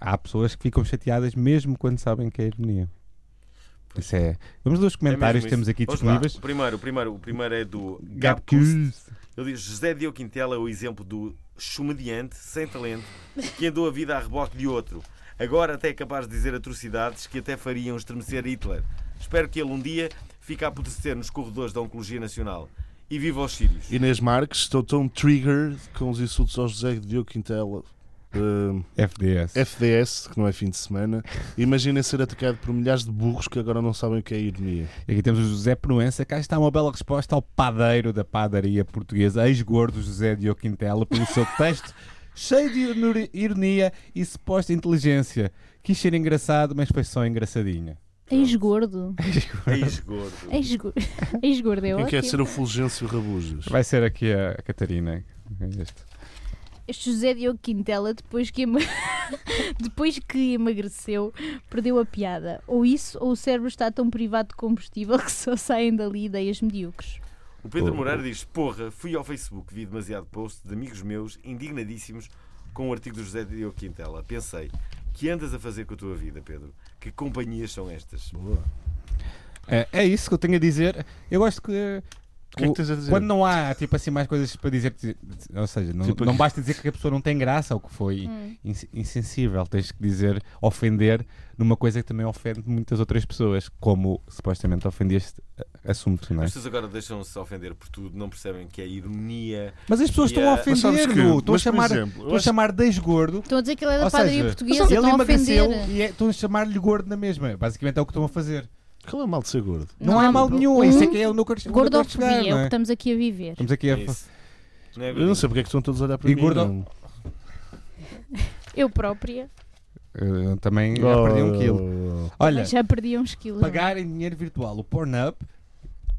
há pessoas que ficam chateadas mesmo quando sabem que é ironia. Isso é. Vamos ler os
é mesmo
comentários
isso.
que temos aqui
Vamos lá.
disponíveis.
O primeiro, o primeiro, o primeiro é do Gapcus.
Gapcus.
Ele diz: José Diogo Quintela é o exemplo do chumediante sem talento que andou a vida a reboque de outro. Agora até é capaz de dizer atrocidades que até fariam estremecer Hitler. Espero que ele um dia fique a apodrecer nos corredores da Oncologia Nacional. E viva os sírios.
Inês Marques, estou tão trigger com os insultos ao José Diogo Quintela. eh, Ahm,
FDS.
FDS, que não é fim de semana, imaginem ser atacado por milhares de burros que agora não sabem o que é ironia.
E Aqui temos o José Proença. Cá está uma bela resposta ao padeiro da padaria portuguesa, ex-gordo José Diogo Quintela, pelo [laughs] seu texto cheio de ironi- ironia e suposta inteligência. Quis ser engraçado, mas foi só engraçadinha.
Ex-gordo.
Ex-gordo.
[laughs] Ex-gordo Ex-gordo é
Quem quer
ótimo.
ser o Fulgêncio Rabujas?
Vai ser aqui a Catarina. É Este.
Este José Diogo Quintela, depois que, ema- [laughs] depois que emagreceu, perdeu a piada. Ou isso, ou o cérebro está tão privado de combustível [laughs] que só saem dali ideias medíocres.
O Pedro Moreira diz: Porra, fui ao Facebook, vi demasiado post de amigos meus indignadíssimos com o artigo do José Diogo Quintela. Pensei: que andas a fazer com a tua vida, Pedro? Que companhias são estas?
É, é isso que eu tenho a dizer. Eu gosto que
O que é que tens a dizer?
Quando não há, tipo assim, mais coisas para dizer, ou seja, não,
Tipo-
não basta dizer que a pessoa não tem graça ou que foi
Hum.
ins- insensível, tens que dizer, ofender numa coisa que também ofende muitas outras pessoas, como supostamente ofendia este a- assunto, não é?
As pessoas agora deixam-se ofender por tudo, não percebem que é ironia.
Mas as pessoas
E,
estão a
eh,
mas sabes
ofender,
que-
nu, estão a
mas, por
chamar,
exemplo, eu
estão a
acho-
chamar de ex-gordo.
Estão a dizer que ele é da
Ou
padaria
seja,
portuguesa,
ele
estão a
emagreceu
ofender.
e é- estão a chamar-lhe gordo na mesma. Basicamente é o que estão a fazer.
Qual é o mal de ser gordo?
Não,
Não
é
há-
mal nenhum.
um
Isso é que é o núcleo
Gordofobia é o que estamos aqui a viver.
Estamos aqui a.
É isso. Não é
Eu não sei porque é que estão todos a olhar para
E
mim.
gordo-
não.
Eu própria
Eu eh, também já perdi um quilo. Olha,
mas já perdi uns quilos.
pagar em dinheiro virtual. O Pornhub,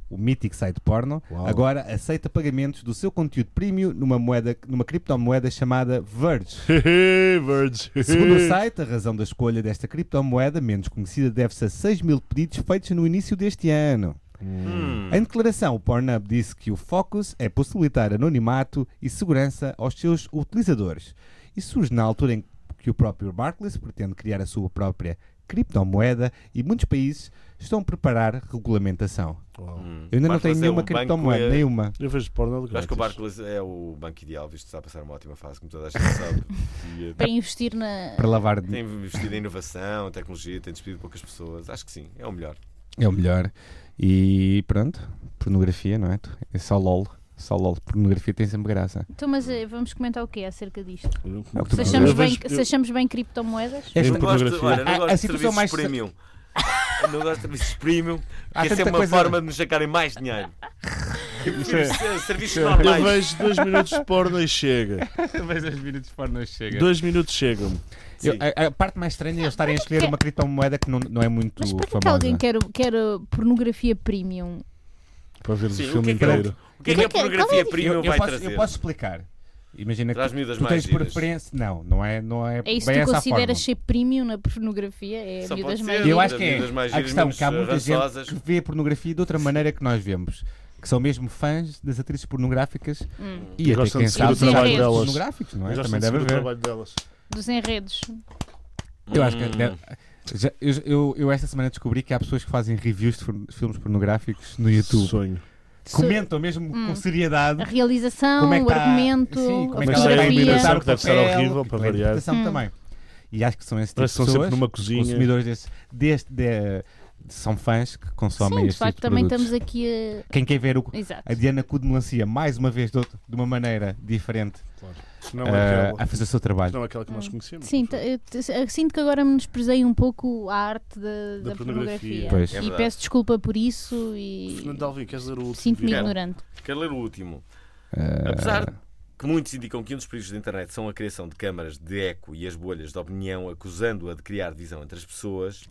o mítico site porno,
Uau.
agora aceita pagamentos do seu conteúdo premium numa, moeda, numa criptomoeda chamada Verge.
[laughs] Verge.
Segundo o site, a razão da escolha desta criptomoeda menos conhecida deve-se a 6 mil pedidos feitos no início deste ano.
Hum.
Em declaração, o Pornhub disse que o focus é possibilitar anonimato e segurança aos seus utilizadores. Isso surge na altura em que o próprio Barclays pretende criar a sua própria criptomoeda e muitos países estão a preparar regulamentação.
Hum.
Eu ainda não
Barclays
tenho
é
nenhuma
um banco,
criptomoeda,
é-
nenhuma.
Oh. Eu vejo porno de
Eu Acho que o
grátis.
Barclays é o banco ideal, visto que está a passar uma ótima fase, como toda a gente sabe. E, eh,
Para investir na.
Para lavar
tem investido em inovação, em tecnologia, tem despedido poucas pessoas. Acho que sim, é o melhor.
é o melhor. E pronto, pornografia, não é? É só LOL. Só LOL. Pornografia tem sempre graça.
Então, mas eh, vamos comentar o que é acerca disto?
É o que tu
Se
Não,
achamos,
eu
bem,
vejo-
se achamos bem criptomoedas?
É
Eu não
pornografia.
gosto, um olha, não
A- a
gosto de
situação
serviços
mais-
premium. [laughs] Eu não gosto de serviços premium,
Há
que essa é
tanta
uma
coisa- é-
forma de [laughs] nos sacarem mais
[laughs]
dinheiro. Eu prefiro ser- serviços
Eu
normais.
vejo dois minutos de porno
[laughs]
e chega.
Mas as vidas de porno chega.
Dois minutos chegam-me.
Eu-
Sim.
a, a parte mais estranha é eles estarem a escolher uma criptomoeda que não, não é muito
Mas para que
famosa.
alguém quer, quer pornografia premium?
Para ver o
Sim,
filme
o que é que-
inteiro.
O que é que
Qual é
a
que- qual é a
pornografia
diferença?
premium
eu,
vai
posso,
trazer?
eu posso explicar. Imagina
Traz
que
miúdas
tu, tu
mais
tens
giras.
preferência. Não, não é, não é.
É isso
bem
que tu
essa a
consideras
forma.
ser premium na pornografia? É
Só
miúdas
pode
mais
ser.
Eu
giras?
acho que é
Miúdas mais
a
giras,
questão que há
menos,
muita
eh,
gente
rançosas.
que vê a pornografia de outra maneira que nós vemos. Que são mesmo fãs das atrizes pornográficas
Hum,
e até
Gostam
quem
de seguir
sabe
o trabalho
atores
delas.
pornográficos, não é?
Eu gosto
Também
de
deve
saber o
haver.
trabalho delas.
dos enredos.
Eu acho que deve- já- eu, eu, eu esta semana descobri que há pessoas que fazem reviews de for- filmes pornográficos no YouTube.
Sonho.
Comentam mesmo
Hum.
com seriedade
A realização,
como é que
o
tá-
argumento,
Sim, como
a
é que
ela
vai
é a
fotografia.
iluminação, que deve estar
papel,
horrível, para
a
variar.
interpretação
Hum.
também. E acho que são esse tipo de
Parece que estão sempre
pessoas,
numa cozinha.
consumidores desse, deste, de- são fãs que consomem
Sim, de
este
facto,
tipo de
também
produtos.
estamos aqui a.
Quem quer ver o-
Exato.
a Diana Cudmelancia mais uma vez de, outra- de uma maneira diferente
Não
ah,
é
a
aquela.
fazer o seu trabalho.
Não é aquela que nós conhecemos.
Sim,
não foi?
t- eu t- eu sinto que agora menosprezei um pouco a arte da, da
Da
pornografia.
pornografia.
Pois.
É
e
verdade.
peço desculpa por isso e
Fernando Alvim, queres ler o último?
sinto-me
vídeo?
ignorante.
Quero ler o último.
Ah,
Apesar que muitos indicam que um dos perigos da internet são a criação de câmaras de eco e as bolhas de opinião, acusando-a de criar divisão entre as pessoas.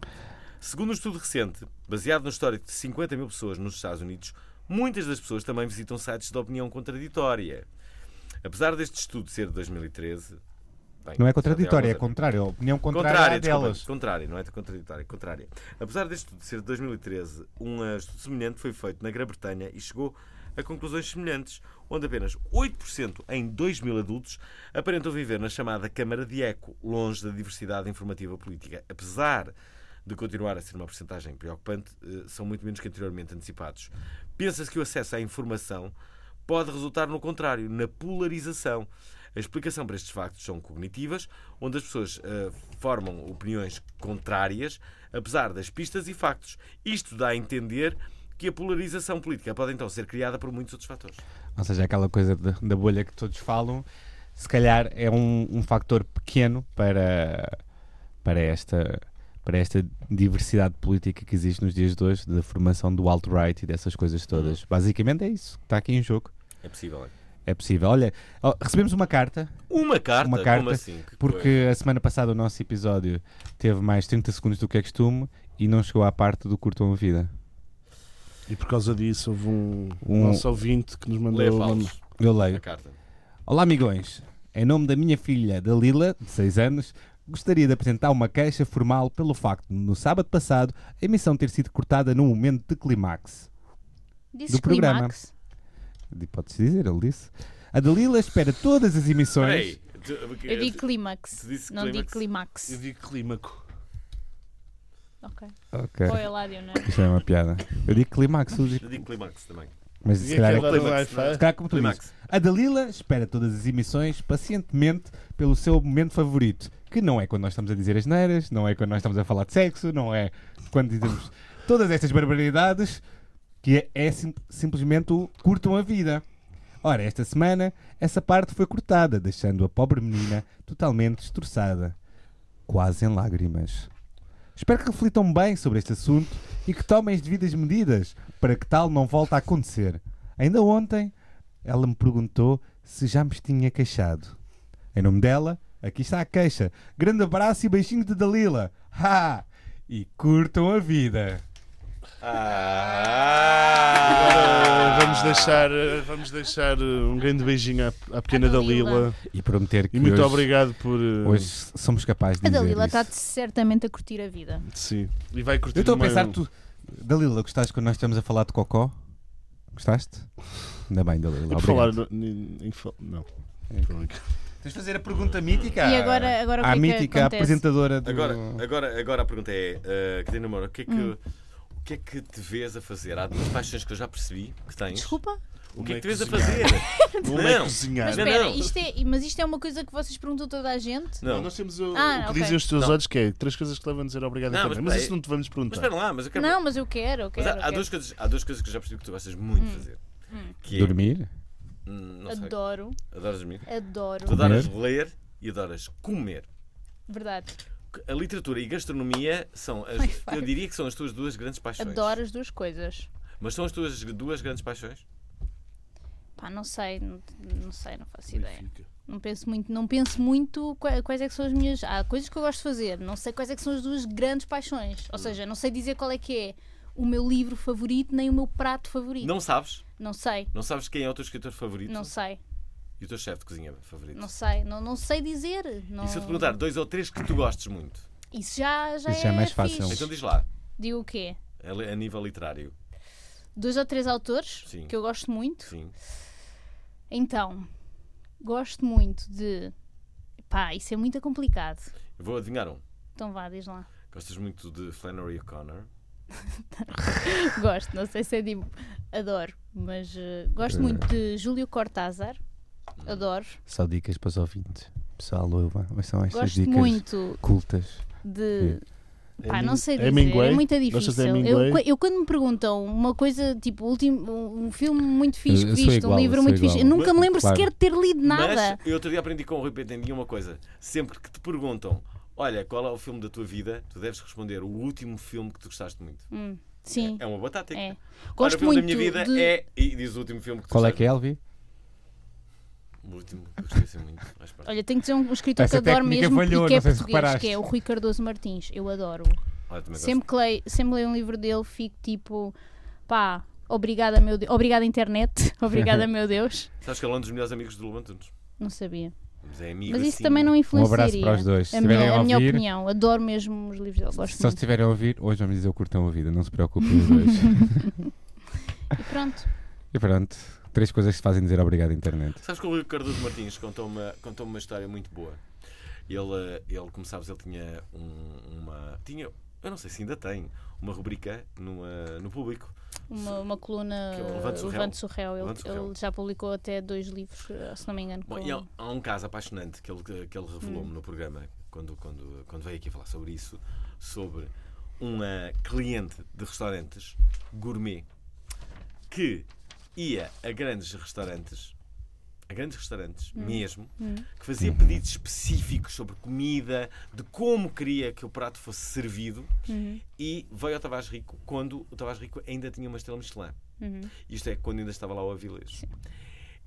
Segundo um estudo recente, baseado no histórico de 50 mil pessoas nos Estados Unidos, muitas das pessoas também visitam sites de opinião contraditória. Apesar deste estudo ser de 2013. bem,
não é
já
contraditório, é
deu alguns anos.
contrário. É a opinião contrária, à
Contrária, desculpa,
delas.
contrária, não é contraditória, contrária. Apesar deste estudo ser de 2013, um eh, estudo semelhante foi feito na Grã-Bretanha e chegou a conclusões semelhantes, onde apenas 8% em 2 mil adultos aparentam viver na chamada Câmara de Eco, longe da diversidade informativa política. Apesar de continuar a ser uma porcentagem preocupante, eh, são muito menos que anteriormente antecipados. Pensa-se que o acesso à informação pode resultar no contrário, na polarização. A explicação para estes factos são cognitivas, onde as pessoas eh, formam opiniões contrárias, apesar das pistas e factos. Isto dá a entender que a polarização política pode então ser criada por muitos outros fatores.
Ou seja, aquela coisa de- da bolha que todos falam, se calhar é um, um fator pequeno para, para, esta, para esta diversidade política que existe nos dias de hoje, da formação do alt-right e dessas coisas
Uhum.
todas. Basicamente é isso que está aqui em jogo.
É possível. é?
É possível. Olha, ó, recebemos uma carta,
Uma carta?
Uma carta,
Como assim? Que coisa.
porque a semana passada o nosso episódio teve mais 30 segundos do que é costume e não chegou à parte do Curtam a Vida.
E por causa disso houve um,
Um-
nosso ouvinte que nos mandou
Lê
uma-
Paulo,
Eu
a
leio.
carta.
Olá, amigões. Em nome da minha filha, Dalila, de 6 anos, gostaria de apresentar uma queixa formal pelo facto de, no sábado passado, a emissão ter sido cortada num momento de climax.
Dizes
Do programa.
climax?
De- Pode-se dizer, ele disse. A Dalila espera todas as emissões.
Peraí. tu-
Eu digo
Tu
clímax.
É disse
Não digo
clímax?
Eu
climax.
digo clímaco.
Ok.
Ok.
Foi a Ládio, não é?
Isto é uma é piada. Eu digo climax. eu digo-
Eu digo clímax também.
Mas
E
se calhar, é-
aquela-
se
Climax, não é?
calhar como tu dizes,
Climax.
a Dalila espera todas as emissões pacientemente pelo seu momento favorito, que não é quando nós estamos a dizer as neiras, não é quando nós estamos a falar de sexo, não é quando dizemos todas estas barbaridades, que é, é sim- simplesmente o curtam a vida. Ora, esta semana, essa parte foi cortada, deixando a pobre menina totalmente destroçada, quase em lágrimas. Espero que reflitam bem sobre este assunto e que tomem as devidas medidas para que tal não volte a acontecer. Ainda ontem, ela me perguntou se já me tinha queixado. Em nome dela, aqui está a queixa. Grande abraço e beijinho de Dalila. Ha! E curtam a vida.
Ah!
Agora Ah, vamos deixar, eh, vamos deixar eh, um grande beijinho à, à pequena
À Dalila.
Dalila.
E prometer que
E muito
hoje,
obrigado por. eh,
hoje somos capazes de
A
dizer
Dalila tá
isso.
está certamente a curtir a vida.
Sim. E vai curtir um-
Eu estou a
uma-
pensar, tu... Dalila, gostaste quando nós estamos a falar de Cocó? Gostaste? Ainda bem, Dalila.
É por
obrigado.
falar. no- em- em fal- Não.
[laughs]
Tens de fazer a pergunta
Ah,
mítica.
E agora, agora o que
à
é que
mítica
acontece?
apresentadora do...
Agora, agora, agora a pergunta é, uh, Catarina Moura, o que é que,
Hum.
o que é que te vês a fazer? Há duas paixões que eu já percebi que tens.
Desculpa?
O que é que te
Uma
vês a
cozinhar.
fazer?
Uma é
Não.
Mas
cozinhar.
Não,
espera,
não.
isto é, mas isto é uma coisa que vocês perguntam a toda a gente?
Não,
Não,
nós temos o,
Ah,
o que
ok.
dizem os teus
Não.
olhos, que é três coisas que te levam a dizer obrigado
Não,
a também.
mas
Mas
peraí.
isso não te vamos
mas
perguntar.
espera lá, mas eu quero...
Não, mas eu quero, eu
mas
quero.
há, há
eu quero. Hum.
duas coisas, há duas coisas que eu já percebi que tu gostas muito de fazer. Que é-
Dormir?
Hum, Não sei,
Adoro,
adoras dormir.
adoro.
Tu adoras ler e adoras comer.
Verdade.
A literatura e gastronomia são, as- eu diria que são as tuas duas grandes paixões.
Adoro as duas coisas.
Mas são as tuas duas grandes paixões?
Pá, não sei, não, não sei, não faço ideia. Não penso muito, não penso muito qua- quais é que são as minhas. Há coisas que eu gosto de fazer, não sei quais é que são as duas grandes paixões.
Hum.
Ou seja, não sei dizer qual é que é o meu livro favorito nem o meu prato favorito.
Não sabes?
Não sei,
Não sabes quem é o teu escritor favorito?
não sei,
E o teu chefe de cozinha favorito?
não sei, não, não sei dizer. Não...
E se eu te perguntar dois ou três que tu gostes muito?
Isso já, já,
Isso já é mais fácil.
fixe.
Então diz lá,
Digo o quê?
a, a nível literário.
Dois ou três autores
Sim.
que eu gosto muito.
Sim.
Então, gosto muito de. Pá, isso é muito complicado.
Eu vou adivinhar um.
Então vá, diz lá. [laughs]
Gostas muito de Flannery O'Connor?
gosto, não sei se é de. Adoro, mas eh, gosto muito de Júlio Cortázar. Adoro.
Só dicas para os ouvintes. Pessoal, ouva. Mas são estas
Gosto
dicas
muito
cultas.
de. Pá, não sei dizer,
Hemingway?
é muito
Gostas de
difícil.
Hemingway?
Eu, qua- eu quando me perguntam uma coisa, tipo, último, um filme muito fixe
Eu-
que
eu sou
viste,
igual,
um
eu
livro
sou
muito
igual.
fixe, eu nunca me lembro
Claro.
sequer de ter lido nada.
Mas eu outro dia aprendi com o Rui Petendia uma coisa. Sempre que te perguntam, olha, qual é o filme da tua vida, tu deves responder o último filme que tu gostaste muito.
Hum, sim,
É uma boa tática.
é.
Ora, o
Gosto
filme
muito
da minha vida
de...
é. E diz o último filme que tu
Qual é que
gostaste.
é, Elvi?
O último que eu gostei assim muito. mais perto.
Olha, tenho que dizer um um escritor
Essa
que adoro
técnica
mesmo
falhou,
e que é
não sei se
português,
reparaste.
que é o Rui Cardoso Martins. Eu adoro.
Olha, também gosto.
Sempre que, leio, sempre leio um livro dele, fico tipo, pá, obrigada, meu Deus. Obrigada, internet. [laughs] Obrigada, meu Deus.
Sabes que ele é um dos melhores amigos do Lobo Antunes.
Não sabia.
Mas é amigo
Mas isso
assim.
também não
Um
influencia.
abraço para os dois. Se
A minha,
estiverem a
a minha
ouvir,
opinião. Adoro mesmo os livros dele. Gosto
só se
muito.
estiverem a ouvir, hoje vamos dizer o curtão a vida. Não se preocupem os
[laughs]
dois.
E pronto.
e pronto. Três coisas que se fazem dizer obrigado à internet.
Sabes que o Rui Cardoso Martins contou-me contou uma história muito boa. Ele, eh, ele como sabes, ele tinha um- uma. Tinha, eu não sei se ainda tem, uma rubrica numa- no público.
Uma, uma coluna.
Que é o Levante-se o Réu.
Levante-se o Réu. Ele,
Levante-se o Réu.
ele já publicou até dois livros, se não me engano.
Bom,
com-
e há, há um caso apaixonante que ele, que ele revelou-me no programa, quando, quando, quando veio aqui falar sobre isso, sobre uma cliente de restaurantes gourmet que ia a grandes restaurantes, a grandes restaurantes mesmo, que fazia pedidos específicos sobre comida, de como queria que o prato fosse servido, e veio ao Tavares Rico quando o Tavares Rico ainda tinha uma estrela Michelin. Isto é, quando ainda estava lá o Avilés.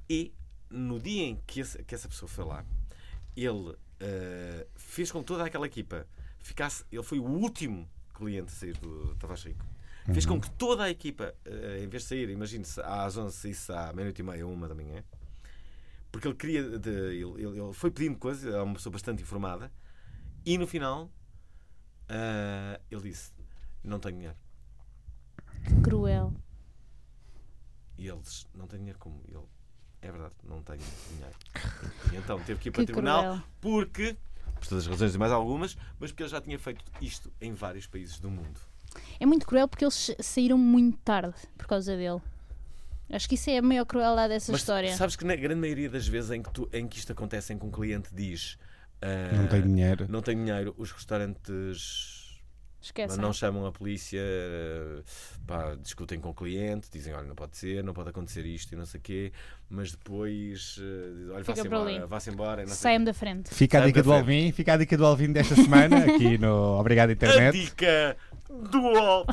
E no dia em que, esse- que essa pessoa foi lá, ele eh, fez com que toda aquela equipa ficasse. Ele foi o último cliente a sair do Tavares Rico. Fez com que toda a equipa, eh, em vez de sair, imagine-se, às 11 saísse à meia-noite e meia, uma da manhã, porque ele queria. de- ele, ele- ele foi pedindo coisas, é uma pessoa bastante informada, e no final ah, ele disse: Não tenho dinheiro.
Cruel.
E eles: Não tenho dinheiro como? E Ele: É verdade, não tenho
[laughs]
dinheiro. E então teve que ir para o
Que
tribunal
cruel.
porque, por todas as razões e mais algumas, mas porque ele já tinha feito isto em vários países do mundo.
É muito cruel porque eles saíram muito tarde por causa dele. Acho que isso é a maior crueldade dessa
Mas
história.
sabes que na grande maioria das vezes em que, tu- em que isto acontece, em que um cliente diz ah,
Não tenho dinheiro.
não tenho dinheiro, os restaurantes
Esquece.
não chamam a polícia, ah, pá, discutem com o cliente, dizem olha, não pode ser, não pode acontecer isto e não sei o quê, mas depois ah, dizem, olha, vá-se
Fica por
embora,
ali.
vá-se embora. e não sei o quê.
Sai-me da frente.
Fica a
Sabe
dica
da
do
febre.
Alvin, fica a dica do Alvin desta semana, aqui no [laughs] Obrigado
A
Internet.
dica do UOL.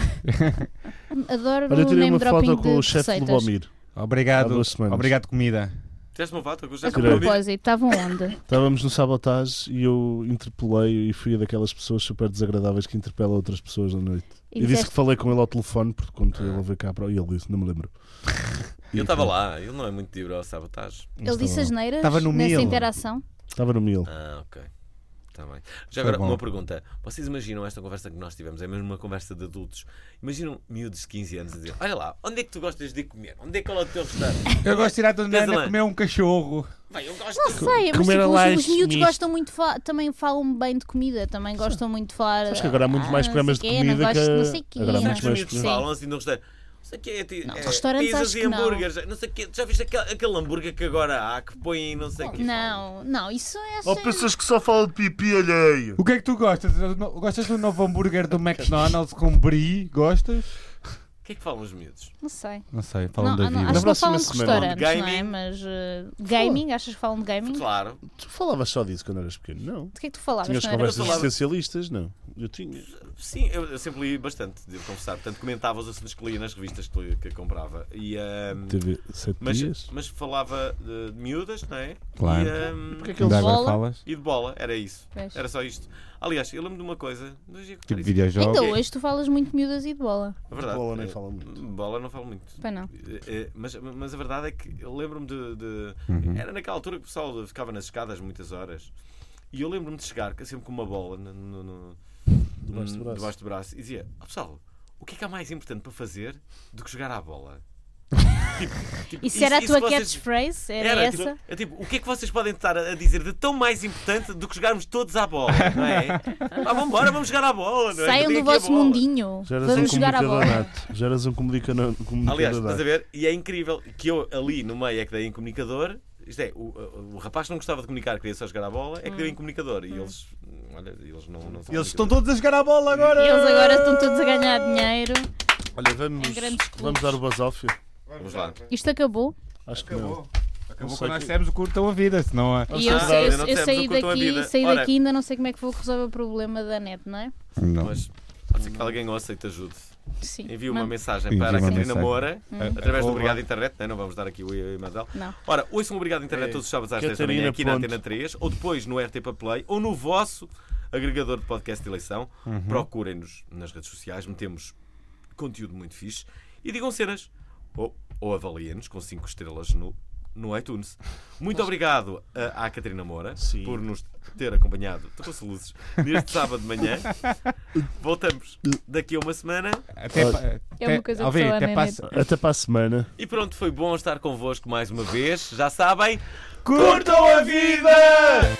Adoro
Olha,
o
eu
name
tirei uma
dropping
foto
de
com o chefe
receitas.
Lubomir. Há
Obrigado,
duas semanas.
obrigado comida.
Fizeste uma foto com o
A
José
É que
Tirei.
Palomino?
propósito? Estavam onde?
Estávamos no sabotagem e eu interpelei e fui daquelas pessoas super desagradáveis que interpelam outras pessoas na noite. E, disse que falei com ele ao telefone, porque quando ele veio cá para. E ele disse, não me lembro. E
Ah. [laughs] Eu estava
pronto,
lá, ele não é muito de ir ao sabotagem.
Ele disse as neiras
Estava no
nessa
mil.
interação.
Estava no mil.
Ah, ok. Está bem. Já agora,
bom.
uma pergunta. Vocês imaginam esta conversa que nós tivemos? É mesmo uma conversa de adultos. Imaginam miúdos de 15 anos a dizer: Olha lá, onde é que tu gostas de ir comer? Onde é que é o teu restaurante?
Eu gosto de ir à Dona
Pensa
Ana
bem.
comer um cachorro.
Vai, eu gosto. de-
Sei, mas
Comer
tipo,
lanche
os, os miúdos
misto.
gostam muito, de fa- também falam bem de comida, também gostam muito de falar.
Acho que agora há muito
"Ah,
mais
não
programas
sei
de
quê,
comida
não gosto de
que-
Não sei quê.
agora
Mas
há
os
muito mais
miúdos
Sim.
falam assim no restaurante. Não sei o que é, ti-
Não,
é,
restaurantes
pizzas
acho
e
que não.
hambúrgueres. Não. sei o que. é. Já viste aquele, aquele hambúrguer que agora há que põe não sei o que?
Não, não, isso é
Oh,
Oh,
Há
assim.
pessoas que só falam de pipi alheio.
O que é que tu gostas? Eu não- Gostas do novo hambúrguer do McDonald's com brie? Gostas?
O que é que falam os miúdos?
Não sei.
Não sei,
Não, ah,
falam da
não,
vida.
acho que não
próxima
falam de
semana.
restaurantes, não é?
Gaming.
Mas eh, gaming, achas que falam de gaming?
Claro.
Tu falavas só disso quando eras pequeno? Não.
De que é que tu falavas?
Tinhas
não era?
conversas
falava-
existencialistas? Não. Eu tinha.
Sim, eu, eu sempre li bastante, devo confessar. Portanto, comentava os assuntos que lia nas revistas que, li- que comprava. E, ahm,
Teve sete
mas,
dias.
mas falava de, de miúdas, não é?
Claro.
E, ahm,
Porquê que
Ainda
eles...
Bola.
agora falas?
E de bola, era isso.
Pois.
Era só isto. Aliás, eu lembro de uma coisa. não sei como
Então,
Tipo
era isso.
videojogo.
Ainda
Ok.
hoje tu falas muito de miúdas e de bola.
A verdade,
Bola nem
eh,
fala muito.
Bola não falo muito.
Pois não.
Eh, eh, Mas, mas a verdade é que eu lembro-me de, de- Era naquela altura que o pessoal ficava nas escadas muitas horas. E eu lembro-me de chegar sempre com uma bola no, no- no-
Debaixo do braço.
Hum, debaixo do braço e dizia: "Ó, pessoal, o que é que há mais importante para fazer do que jogar à
[laughs]
bola? Tipo, tipo,
Isso era a tua
vocês-
catchphrase? Era,
Era,
essa?
tipo, é tipo, o que é que vocês podem estar a a dizer de tão mais importante do que jogarmos todos à bola? Não
[laughs]
é? Ah, vamos embora, vamos jogar à bola. Não é?
Saiam
Eu tenho
do
aqui a
vosso
bola.
mundinho.
Já eras
Vamos
um
jogar a
comunicador
bola.
nato. Já eras um comunica- comunicador
Aliás,
nato.
estás a ver? E é incrível que eu ali no meio é que dei em comunicador. Isto é, o, o- o rapaz não gostava de comunicar, queria só jogar à bola, é que
Hum.
deu em comunicador. E eles, hum, olha, eles não, não são
Eles
comunicadores.
estão todos a jogar a bola agora!
Eles agora estão todos a ganhar dinheiro.
Olha, vamos,
Em grandes
vamos
clubes.
dar o basófio?
Vamos lá.
Isto acabou.
Acho que não.
Acabou. Acabou
Não
quando
sei
nós
que-
temos o curtão a vida, senão é- a...
E
Ah,
eu, sei-
ainda não
eu- eu
dissemos
saí
o quanto a vida.
daqui, saí
Ora.
daqui e ainda não sei como é que vou resolver o problema da net, não é?
Não.
Mas pode ser que alguém ouça e te ajude.
Sim.
Envia uma
Não.
mensagem
Envia
para a
uma
Catarina
mensagem.
Moura, através do
Arroba.
Obrigado Internet, não, é? não vamos dar aqui o e-mail dela.
Não.
Ora, ouçam um Obrigado Internet
É.
todos os sábados às 10 da manhã
Catarina
aqui na
ponto.
Antena 3, ou depois no RTP Play, ou no vosso agregador de podcast de eleição.
Uhum.
Procurem-nos nas redes sociais, metemos conteúdo muito fixe e digam cenas. Ou, ou avaliem-nos com 5 estrelas no, no iTunes. Muito obrigado a- à Catarina Moura
Sim.
por nos ter acompanhado. Trouxe luzes neste sábado de
[laughs]
manhã. Voltamos daqui a uma semana.
Até, pa- até,
É uma coisa que
Alvin,
só a
até
meme
passa...
Até para a semana.
E pronto, foi bom estar convosco mais uma vez. Já sabem.
Curtam a vida!